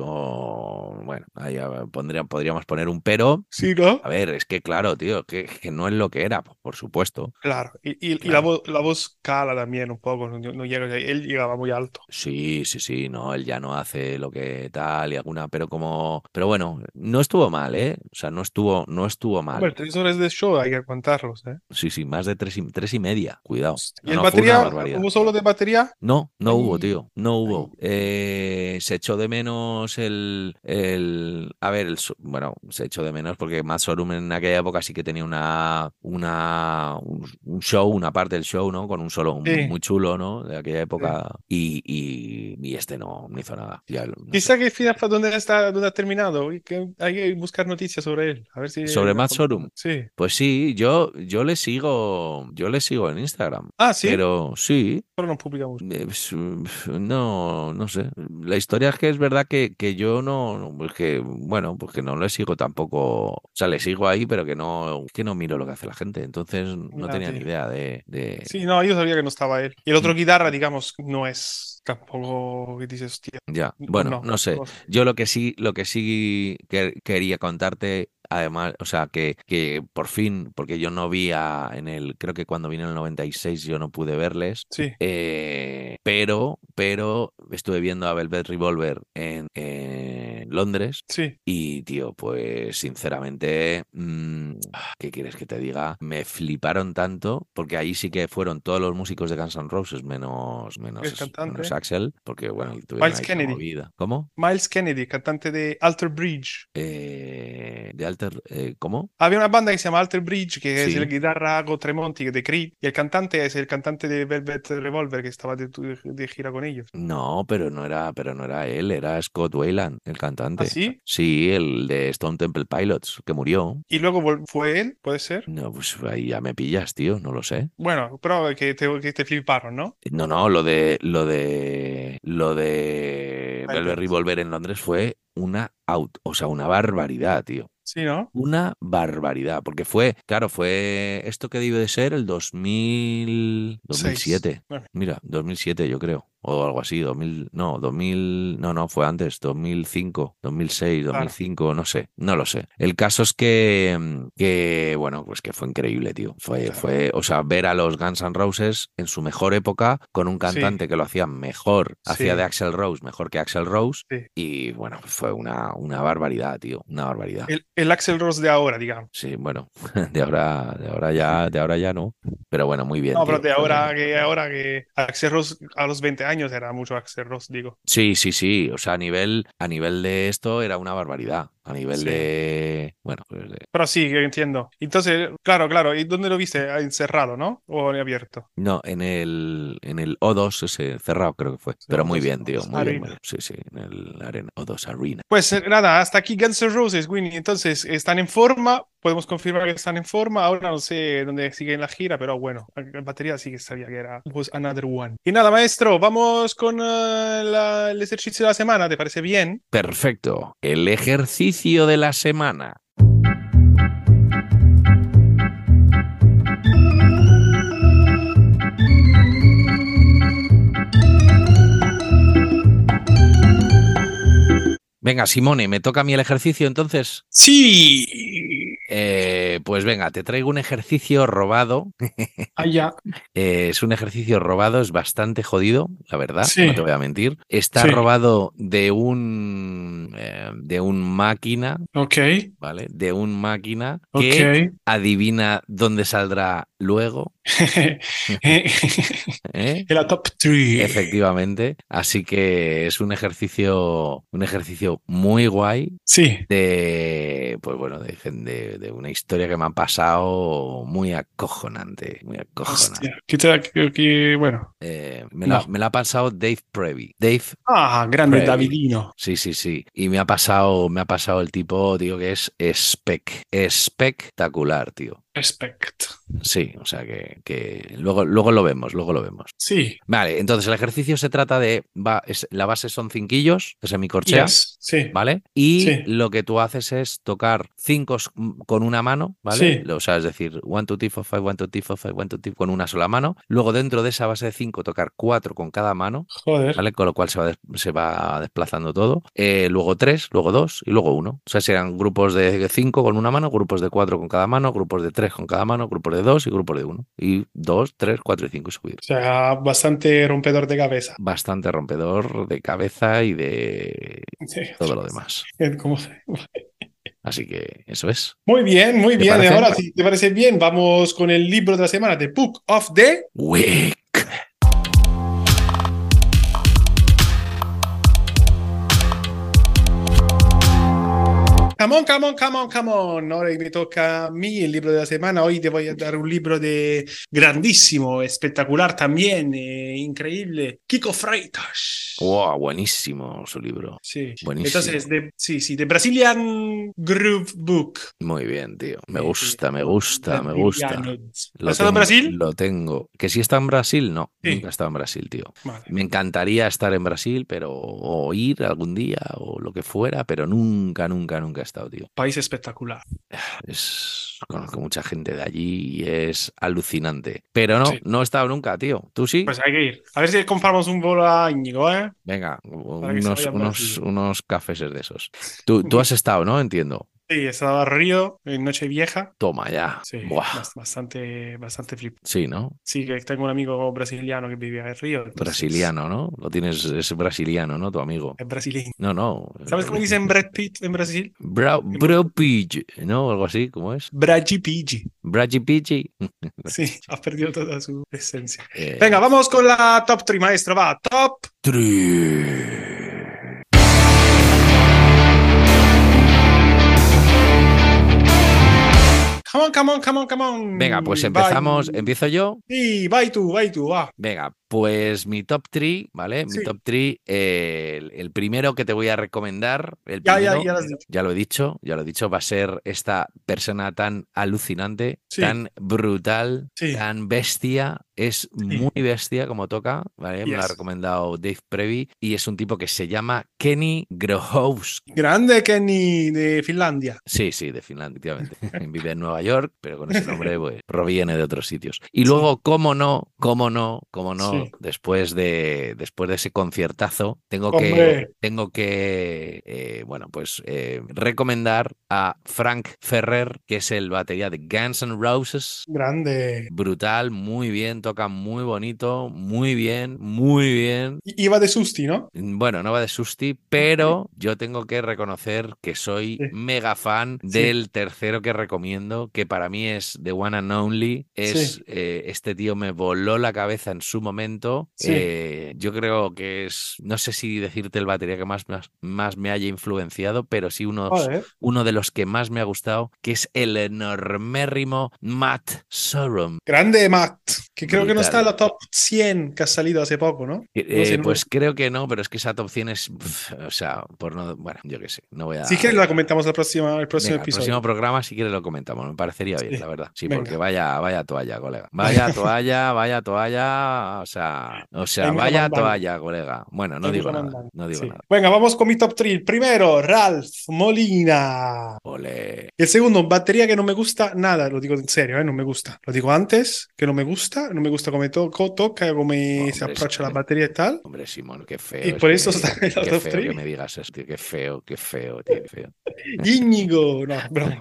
Speaker 1: bueno, ahí ah, pondría- podríamos poner un pero.
Speaker 2: Sí, ¿no?
Speaker 1: A ver, es que claro, tío, que, que no es lo que era, por supuesto.
Speaker 2: Claro. Y, y- y la
Speaker 1: Claro.
Speaker 2: voz, la voz cala también un poco, no, no llega, él llegaba muy alto.
Speaker 1: Sí, sí, sí, no, él ya no hace lo que tal y alguna, pero como, pero bueno, no estuvo mal, ¿eh? O sea, no estuvo, no estuvo mal.
Speaker 2: Hombre, tres horas de show hay que aguantarlos, ¿eh?
Speaker 1: Sí, sí, más de tres y, tres y media, cuidado.
Speaker 2: ¿Y
Speaker 1: No,
Speaker 2: el
Speaker 1: no, fue una
Speaker 2: batería?
Speaker 1: barbaridad.
Speaker 2: ¿Hubo solo de batería?
Speaker 1: No, no hubo, tío, no hubo. Eh, se echó de menos el, el, a ver, el, so- bueno, se echó de menos porque Matt Sorum en aquella época sí que tenía una, una, un, un show, una parte del show, ¿no? Con un solo un-
Speaker 2: Sí.
Speaker 1: muy chulo, ¿no? De aquella época y, y, y este no, no hizo nada. Ya lo- no sé.
Speaker 2: Chissà che fino a dónde está, dónde ha terminado. Y que hay que buscar noticias sobre él. A ver si.
Speaker 1: Sobre Matt Sorum.
Speaker 2: Sí.
Speaker 1: Pues sí, yo, yo le sigo, yo le sigo en Instagram,
Speaker 2: Ah, sí, pero,
Speaker 1: pero sí,
Speaker 2: no publica mucho.
Speaker 1: Eh, pues, mm, No, no sé. La historia es que es verdad que, que yo no, no, pues que, bueno, pues que no le sigo tampoco. O sea, le sigo ahí, pero que no, que no miro lo que hace la gente. Entonces no
Speaker 2: Ya,
Speaker 1: tenía ni
Speaker 2: tío.
Speaker 1: idea de, de-
Speaker 2: Sí, no, yo sabía que no estaba él. Y el
Speaker 1: mm.
Speaker 2: otro guitarra, digamos, no es tampoco que dices, hostia.
Speaker 1: Ya, bueno,
Speaker 2: pues no,
Speaker 1: no sé.
Speaker 2: no.
Speaker 1: Yo lo que sí, lo que sí que- quería contarte Además, o sea, que, que por fin, porque yo no vi a- en el, creo que cuando vino en el 96 yo no pude verles,
Speaker 2: Sí.
Speaker 1: eh, pero, pero estuve viendo a Velvet Revolver en, en Londres
Speaker 2: Sí.
Speaker 1: y, tío, pues sinceramente, mm, ¿qué quieres que te diga? Me fliparon tanto, porque ahí sí que fueron todos los músicos de Guns N' Roses, menos,
Speaker 2: El
Speaker 1: menos,
Speaker 2: cantante.
Speaker 1: menos Axel, porque bueno, tuvieron
Speaker 2: Miles
Speaker 1: ahí su
Speaker 2: Kennedy.
Speaker 1: movida. ¿Cómo?
Speaker 2: Miles Kennedy, cantante de Alter Bridge.
Speaker 1: Eh, de Alter, eh, ¿cómo?
Speaker 2: Había una banda que se llama Alter Bridge, que es
Speaker 1: Sí.
Speaker 2: el guitarra Go Tremonti de Creed, y el cantante es el cantante de Velvet Revolver, que estaba de, tu- de gira con ellos.
Speaker 1: No, pero no era, pero no era él, era Scott Wayland, el cantante.
Speaker 2: ¿Ah, sí?
Speaker 1: Sí, el de Stone Temple Pilots, que murió.
Speaker 2: Y luego vol- fue él, puede ser.
Speaker 1: No, pues ahí ya me pillas, tío, no lo sé.
Speaker 2: Bueno, pero que te, que te fliparon, ¿no?
Speaker 1: No, no, lo de, lo de, lo de
Speaker 2: Vale,
Speaker 1: Velvet
Speaker 2: pero-
Speaker 1: Revolver en Londres fue una out, o sea, una barbaridad, tío.
Speaker 2: Sí, ¿no?
Speaker 1: Una barbaridad, porque fue, claro, fue esto que debe de ser el 2000, 2007.
Speaker 2: Bueno.
Speaker 1: Mira, 2007 yo creo, o algo así, 2000, no, 2000, no, no, fue antes, 2005, 2006,
Speaker 2: Claro.
Speaker 1: 2005, no sé, no lo sé. El caso es que, mm, que bueno, pues que fue increíble, tío. Fue, fue, o sea, ver a los Guns N' Roses en su mejor época con un cantante que lo hacía mejor, hacía
Speaker 2: Sí.
Speaker 1: de Axel Rose mejor que Axel Rose,
Speaker 2: Sí.
Speaker 1: y bueno, pues fue una, una barbaridad, tío, una barbaridad.
Speaker 2: El, el Axel Rose de ahora, digamos.
Speaker 1: Sí, bueno, de ahora, de ahora ya, de ahora ya no, pero bueno, muy bien,
Speaker 2: No, pero
Speaker 1: tío,
Speaker 2: de
Speaker 1: muy
Speaker 2: ahora
Speaker 1: bien.
Speaker 2: que ahora que Axel Rose a los 20 años era mucho Axel Rose, digo.
Speaker 1: Sí, sí, sí, o sea, a nivel, a nivel de esto era una barbaridad, a nivel
Speaker 2: Sí.
Speaker 1: de, bueno, pues de-
Speaker 2: Pero sí, yo entiendo. Entonces, claro, claro. ¿Y dónde lo viste? Ah, ¿Encerrado, no? ¿O en abierto?
Speaker 1: no, en el, en el O2 ese cerrado creo que fue, pero muy
Speaker 2: O2,
Speaker 1: bien, tío,
Speaker 2: O2
Speaker 1: muy bien, muy bien.
Speaker 2: pues, Arena.
Speaker 1: sí, sí, en el arena, O2 Arena.
Speaker 2: Pues eh, nada, hasta aquí Guns N' Roses, Winnie. Entonces, están en forma. Podemos confirmar que están en forma. Ahora no sé dónde siguen la gira, pero bueno, la batería sí que sabía que era Was Another One. Y nada, maestro, vamos con eh, la- el ejercicio de la semana. ¿Te parece bien?
Speaker 1: Perfecto, el ejercicio de la semana. Venga, Simone, me toca a mí el ejercicio entonces.
Speaker 2: Sí.
Speaker 1: Eh, pues venga, te traigo un ejercicio robado.
Speaker 2: Allá.
Speaker 1: Eh, es un ejercicio robado, es bastante jodido, la verdad,
Speaker 2: Sí.
Speaker 1: no te voy a mentir. Está
Speaker 2: Sí.
Speaker 1: robado de un eh, de un máquina,
Speaker 2: Ok,
Speaker 1: ¿vale? De un máquina que adivina dónde saldrá luego, ¿eh?
Speaker 2: la top 3.
Speaker 1: Efectivamente. Así que es un ejercicio, un ejercicio muy guay,
Speaker 2: Sí.
Speaker 1: de pues bueno de, gen- de, de una historia que me ha pasado muy acojonante muy acojonante
Speaker 2: Hostia, que te- que- que- bueno.
Speaker 1: Eh, me, la,
Speaker 2: No.
Speaker 1: me la ha pasado Dave Prevy Dave
Speaker 2: Ah, grande
Speaker 1: Previo.
Speaker 2: Davidino.
Speaker 1: sí sí sí y me ha pasado me ha pasado el tipo tío que es espec espectacular tío
Speaker 2: Respect.
Speaker 1: sí o sea que, que luego luego lo vemos luego lo vemos
Speaker 2: Sí.
Speaker 1: vale entonces el ejercicio se trata de va, es- la base son cinquillos que mi corchea
Speaker 2: Yes. Sí.
Speaker 1: ¿Vale? Y
Speaker 2: Sí.
Speaker 1: lo que tú haces es tocar cinco s- m- con una mano, ¿vale?
Speaker 2: Sí.
Speaker 1: Lo- O sea, es decir, one, two, three, four, five, one, two, three, four, five, one, two, three, con una sola mano. Luego dentro de esa base de cinco tocar cuatro con cada mano,
Speaker 2: Joder.
Speaker 1: ¿vale? Con lo cual se va, des- se va desplazando todo. Eh, luego tres, luego dos y luego uno. O sea, serán grupos de cinco con una mano, grupos de cuatro con cada mano, grupos de tres con cada mano, grupos de dos y grupos de uno. Y dos, tres, cuatro y cinco y subir.
Speaker 2: O sea, bastante rompedor de cabeza.
Speaker 1: Bastante rompedor de cabeza y de
Speaker 2: Sí.
Speaker 1: todo lo demás.
Speaker 2: Eh, ¿cómo se-
Speaker 1: Así que eso es.
Speaker 2: Muy bien, muy
Speaker 1: ¿Te
Speaker 2: bien.
Speaker 1: parece?
Speaker 2: Ahora, si te parece bien, vamos con el libro de la semana, The Book of the...
Speaker 1: Wick.
Speaker 2: Come on, come on, come on, come on. Ahora me toca a mí el libro de la semana. Hoy te voy a dar un libro de grandísimo, espectacular también, eh, increíble. Kiko Freitas.
Speaker 1: Wow, buenísimo su libro.
Speaker 2: Sí.
Speaker 1: Buenísimo.
Speaker 2: Entonces, de, sí, sí, de Brazilian Groove Book.
Speaker 1: Muy bien, tío. Me
Speaker 2: Sí, sí.
Speaker 1: gusta, me gusta, me gusta.
Speaker 2: Brazilianos.
Speaker 1: Lo
Speaker 2: ¿Has estado en
Speaker 1: tengo-
Speaker 2: Brasil?
Speaker 1: Lo tengo. ¿Que si está en Brasil? No,
Speaker 2: Sí.
Speaker 1: nunca he estado en Brasil, tío.
Speaker 2: Vale.
Speaker 1: Me encantaría estar en Brasil, pero o ir algún día o lo que fuera, pero nunca, nunca, nunca he estado, tío.
Speaker 2: País espectacular.
Speaker 1: Es- Conozco mucha gente de allí y es alucinante. Pero no,
Speaker 2: Sí.
Speaker 1: no he estado nunca, tío. ¿Tú sí?
Speaker 2: Pues hay que ir. A ver si compramos un bolo a Íñigo, ¿eh?
Speaker 1: Venga,
Speaker 2: que se
Speaker 1: unos,
Speaker 2: vayan
Speaker 1: unos,
Speaker 2: Brasil.
Speaker 1: unos cafés de esos. Tú, tú has estado, ¿no? Entiendo.
Speaker 2: Sí, estaba Río en Noche Vieja.
Speaker 1: Toma ya.
Speaker 2: Sí,
Speaker 1: Buah.
Speaker 2: bas- bastante, bastante flip.
Speaker 1: Sí, ¿no?
Speaker 2: Sí, que tengo un amigo brasiliano que vivía en Río. entonces-
Speaker 1: Brasiliano, ¿no? Lo tienes, es brasiliano, ¿no? Tu amigo.
Speaker 2: Es brasileño.
Speaker 1: No, no.
Speaker 2: ¿Sabes cómo dicen Brad Pitt en Brasil?
Speaker 1: Bra Bro Pidge, ¿no? Algo así, ¿cómo es?
Speaker 2: Braji Pidgey.
Speaker 1: Brachi Pichi.
Speaker 2: Sí, ha perdido toda su esencia.
Speaker 1: Eh,
Speaker 2: Venga, vamos con la top 3, maestro. Va, top. Come on, come on, come on, come on.
Speaker 1: Venga, pues empezamos.
Speaker 2: Vai.
Speaker 1: ¿Empiezo yo?
Speaker 2: Sí, va y tú, va y tú, va.
Speaker 1: Venga, pues mi top 3, ¿vale? Mi
Speaker 2: Sí.
Speaker 1: top 3, el, el primero que te voy a recomendar, el
Speaker 2: Ya, ya,
Speaker 1: primero,
Speaker 2: ya lo has dicho.
Speaker 1: ya lo he dicho, ya lo he dicho, va a ser esta persona tan alucinante,
Speaker 2: Sí.
Speaker 1: tan brutal,
Speaker 2: Sí.
Speaker 1: tan bestia, es muy bestia como toca, ¿vale? Me lo ha
Speaker 2: Yes.
Speaker 1: recomendado Dave Prevy y es un tipo que se llama Kenny Grohows.
Speaker 2: Grande Kenny de Finlandia.
Speaker 1: Sí, sí, de Finlandia, efectivamente. Vive en Nueva York, pero con ese nombre pues, proviene de otros sitios. Y luego, cómo no, cómo no, cómo no,
Speaker 2: Sí.
Speaker 1: después de después de ese conciertazo, tengo que
Speaker 2: Hombre.
Speaker 1: tengo que eh, bueno, pues eh, recomendar a Frank Ferrer, que es el batería de Guns N' Roses.
Speaker 2: Grande.
Speaker 1: Brutal, muy bien, toca muy bonito, muy bien, muy bien.
Speaker 2: I- Iba de Susti, ¿no?
Speaker 1: mm, Bueno, no va de Susti, pero yo tengo que reconocer que soy
Speaker 2: Sí.
Speaker 1: mega fan
Speaker 2: Sí.
Speaker 1: del tercero que recomiendo, que para mí es The One and Only. Es,
Speaker 2: Sí.
Speaker 1: eh, este tío me voló la cabeza en su momento.
Speaker 2: Sí.
Speaker 1: Eh, yo creo que es, no sé si decirte el batería que más, más, más me haya influenciado, pero sí uno,
Speaker 2: Joder.
Speaker 1: uno de los que más me ha gustado, que es el enormérrimo Matt Sorum.
Speaker 2: Grande Matt, que creo que no
Speaker 1: Brutal.
Speaker 2: está en la top 100 que ha salido hace poco, ¿no?
Speaker 1: Eh,
Speaker 2: sé, no-
Speaker 1: pues creo que no, pero es que esa top 100 es, pf, o sea, por no, bueno, yo qué sé, no voy a...
Speaker 2: Si quieres la comentamos la próxima, el próximo
Speaker 1: Ah. Venga, el
Speaker 2: episodio.
Speaker 1: próximo programa, si quieres, lo comentamos. Me parecería bien,
Speaker 2: Sí,
Speaker 1: la verdad. Sí,
Speaker 2: venga.
Speaker 1: porque vaya, vaya toalla, colega. Vaya toalla, vaya toalla. O sea, o sea,
Speaker 2: Venga,
Speaker 1: vaya
Speaker 2: mandando.
Speaker 1: toalla, colega. Bueno, no
Speaker 2: Ahí
Speaker 1: digo
Speaker 2: lo
Speaker 1: nada.
Speaker 2: mandan.
Speaker 1: No digo
Speaker 2: Sí.
Speaker 1: nada.
Speaker 2: Venga, vamos con mi top 3. Primero, Ralph Molina.
Speaker 1: Ole.
Speaker 2: El segundo, batería que no me gusta nada, lo digo en serio, eh, no me gusta. Lo digo antes, que no me gusta, no me gusta cómo toco, toca, cómo se
Speaker 1: Hombre,
Speaker 2: approcia la
Speaker 1: sí.
Speaker 2: batería y tal.
Speaker 1: Hombre, Simón, qué feo.
Speaker 2: Y
Speaker 1: es
Speaker 2: por eso
Speaker 1: que-
Speaker 2: está en la
Speaker 1: qué
Speaker 2: top
Speaker 1: feo
Speaker 2: three.
Speaker 1: que me digas esto, tío, Qué feo, qué feo, tío, qué feo.
Speaker 2: Íñigo, no, broma.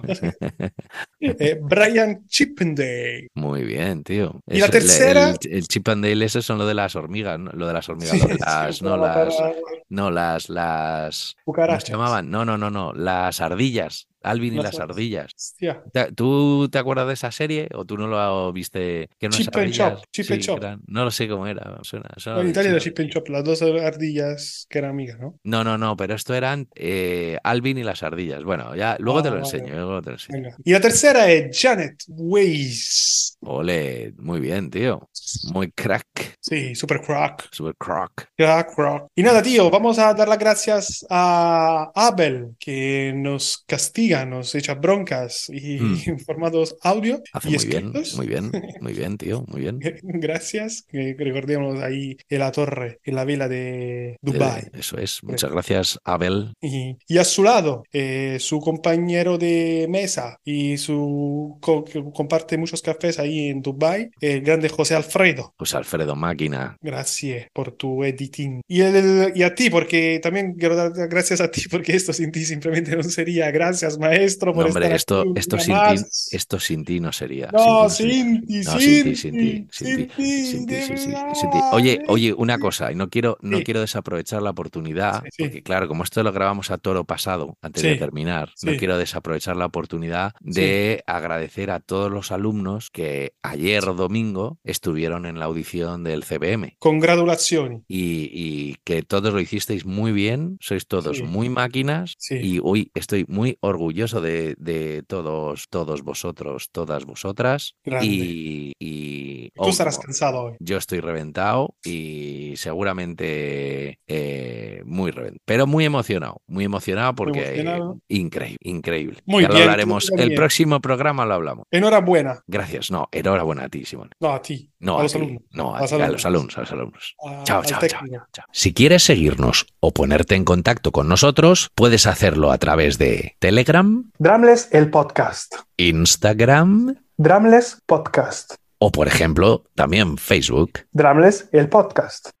Speaker 2: Eh, Brian Chippendale.
Speaker 1: Muy bien, tío.
Speaker 2: Y la
Speaker 1: el-
Speaker 2: tercera-
Speaker 1: El, el chip and Dale ese son lo de las hormigas, ¿no? Lo de las hormigas,
Speaker 2: Sí,
Speaker 1: no, las,
Speaker 2: sí,
Speaker 1: no,
Speaker 2: para
Speaker 1: las,
Speaker 2: matar a
Speaker 1: no, las, las, ¿cómo
Speaker 2: cucarachas.
Speaker 1: se llamaban? No, no, no, no, las ardillas. Alvin y
Speaker 2: Las
Speaker 1: las
Speaker 2: ar-
Speaker 1: ardillas.
Speaker 2: Hostia.
Speaker 1: ¿Te- ¿Tú te acuerdas de esa serie o tú no lo viste? Que no
Speaker 2: Chip and Chop, Chip and Chop.
Speaker 1: no lo sé cómo era. Suena, suena
Speaker 2: en Italia
Speaker 1: parecido.
Speaker 2: era Chip and Chop, las dos ardillas que eran amigas, ¿no?
Speaker 1: No, no, no, pero esto eran eh, Alvin y las ardillas. Bueno, ya luego te
Speaker 2: Ah,
Speaker 1: lo
Speaker 2: vale.
Speaker 1: enseño, luego te lo enseño.
Speaker 2: Venga. Y la tercera es Janet Weiss.
Speaker 1: Ole, muy bien, tío. Muy crack,
Speaker 2: Sí, super crack.
Speaker 1: super crack.
Speaker 2: Crack, crack. Y nada, tío, vamos a dar las gracias a Abel, que nos castiga, nos echa broncas y
Speaker 1: Mm.
Speaker 2: en formatos audio
Speaker 1: Hace
Speaker 2: y
Speaker 1: muy bien,
Speaker 2: escritos.
Speaker 1: muy bien, muy bien, tío, muy bien.
Speaker 2: Gracias, que recordemos ahí en la torre, en la vela de
Speaker 1: Eh,
Speaker 2: Dubai.
Speaker 1: Eso es. Muchas gracias, Abel.
Speaker 2: Y, y a su lado, eh, su compañero de mesa y su co- que comparte muchos cafés ahí en Dubai, el grande José Alfredo.
Speaker 1: Pues Alfredo Máquina.
Speaker 2: Gracias por tu editing. Y, el- y a ti, porque también quiero dar las gracias a ti, porque esto sin ti simplemente no sería. Gracias, maestro,
Speaker 1: No,
Speaker 2: por
Speaker 1: hombre,
Speaker 2: estar
Speaker 1: esto,
Speaker 2: aquí un
Speaker 1: esto
Speaker 2: día
Speaker 1: sin
Speaker 2: más.
Speaker 1: ti, esto sin ti no sería.
Speaker 2: No,
Speaker 1: sin ti sería.
Speaker 2: sin ti,
Speaker 1: No, sin ti, sin
Speaker 2: sin ti,
Speaker 1: ti, sin ti, sin ti,
Speaker 2: de
Speaker 1: sí, sí,
Speaker 2: verdad,
Speaker 1: sin ti. Oye,
Speaker 2: eh.
Speaker 1: oye, una cosa, y no quiero, no
Speaker 2: Sí.
Speaker 1: quiero desaprovechar la oportunidad,
Speaker 2: Sí, sí.
Speaker 1: porque claro, como esto lo grabamos a toro pasado, antes de
Speaker 2: Sí,
Speaker 1: terminar, no
Speaker 2: sí.
Speaker 1: quiero desaprovechar la oportunidad de agradecer a todos los alumnos que ayer domingo estuvieron en la audición del CBM.
Speaker 2: Congratulaciones.
Speaker 1: Y, y que todos lo hicisteis muy bien, sois todos
Speaker 2: Sí.
Speaker 1: muy máquinas
Speaker 2: Sí.
Speaker 1: y hoy estoy muy orgulloso de, de todos, todos vosotros, todas vosotras.
Speaker 2: Grande.
Speaker 1: Y, y-
Speaker 2: Tú estarás
Speaker 1: oh,
Speaker 2: cansado hoy.
Speaker 1: yo estoy reventado y seguramente eh, muy reventado, pero muy emocionado, muy emocionado porque
Speaker 2: emocionado.
Speaker 1: increíble, increíble.
Speaker 2: Muy
Speaker 1: Ya lo
Speaker 2: bien, tú
Speaker 1: hablaremos, el
Speaker 2: también.
Speaker 1: próximo programa lo hablamos.
Speaker 2: Enhorabuena.
Speaker 1: Gracias, no, enhorabuena a ti, Simón.
Speaker 2: No, a ti.
Speaker 1: No,
Speaker 2: a
Speaker 1: a,
Speaker 2: los
Speaker 1: ti,
Speaker 2: alumnos.
Speaker 1: no, a,
Speaker 2: a los
Speaker 1: ti, a los
Speaker 2: alumnos.
Speaker 1: alumnos, a los alumnos.
Speaker 2: a-
Speaker 1: Chao, chao,
Speaker 2: al
Speaker 1: chao,
Speaker 2: técnico.
Speaker 1: chao, chao. Si quieres seguirnos o ponerte en contacto con nosotros, puedes hacerlo a través de Telegram,
Speaker 2: Drumless, el podcast.
Speaker 1: Instagram
Speaker 2: Drumless Podcast.
Speaker 1: o, por ejemplo, también Facebook.
Speaker 2: Drumless, el podcast.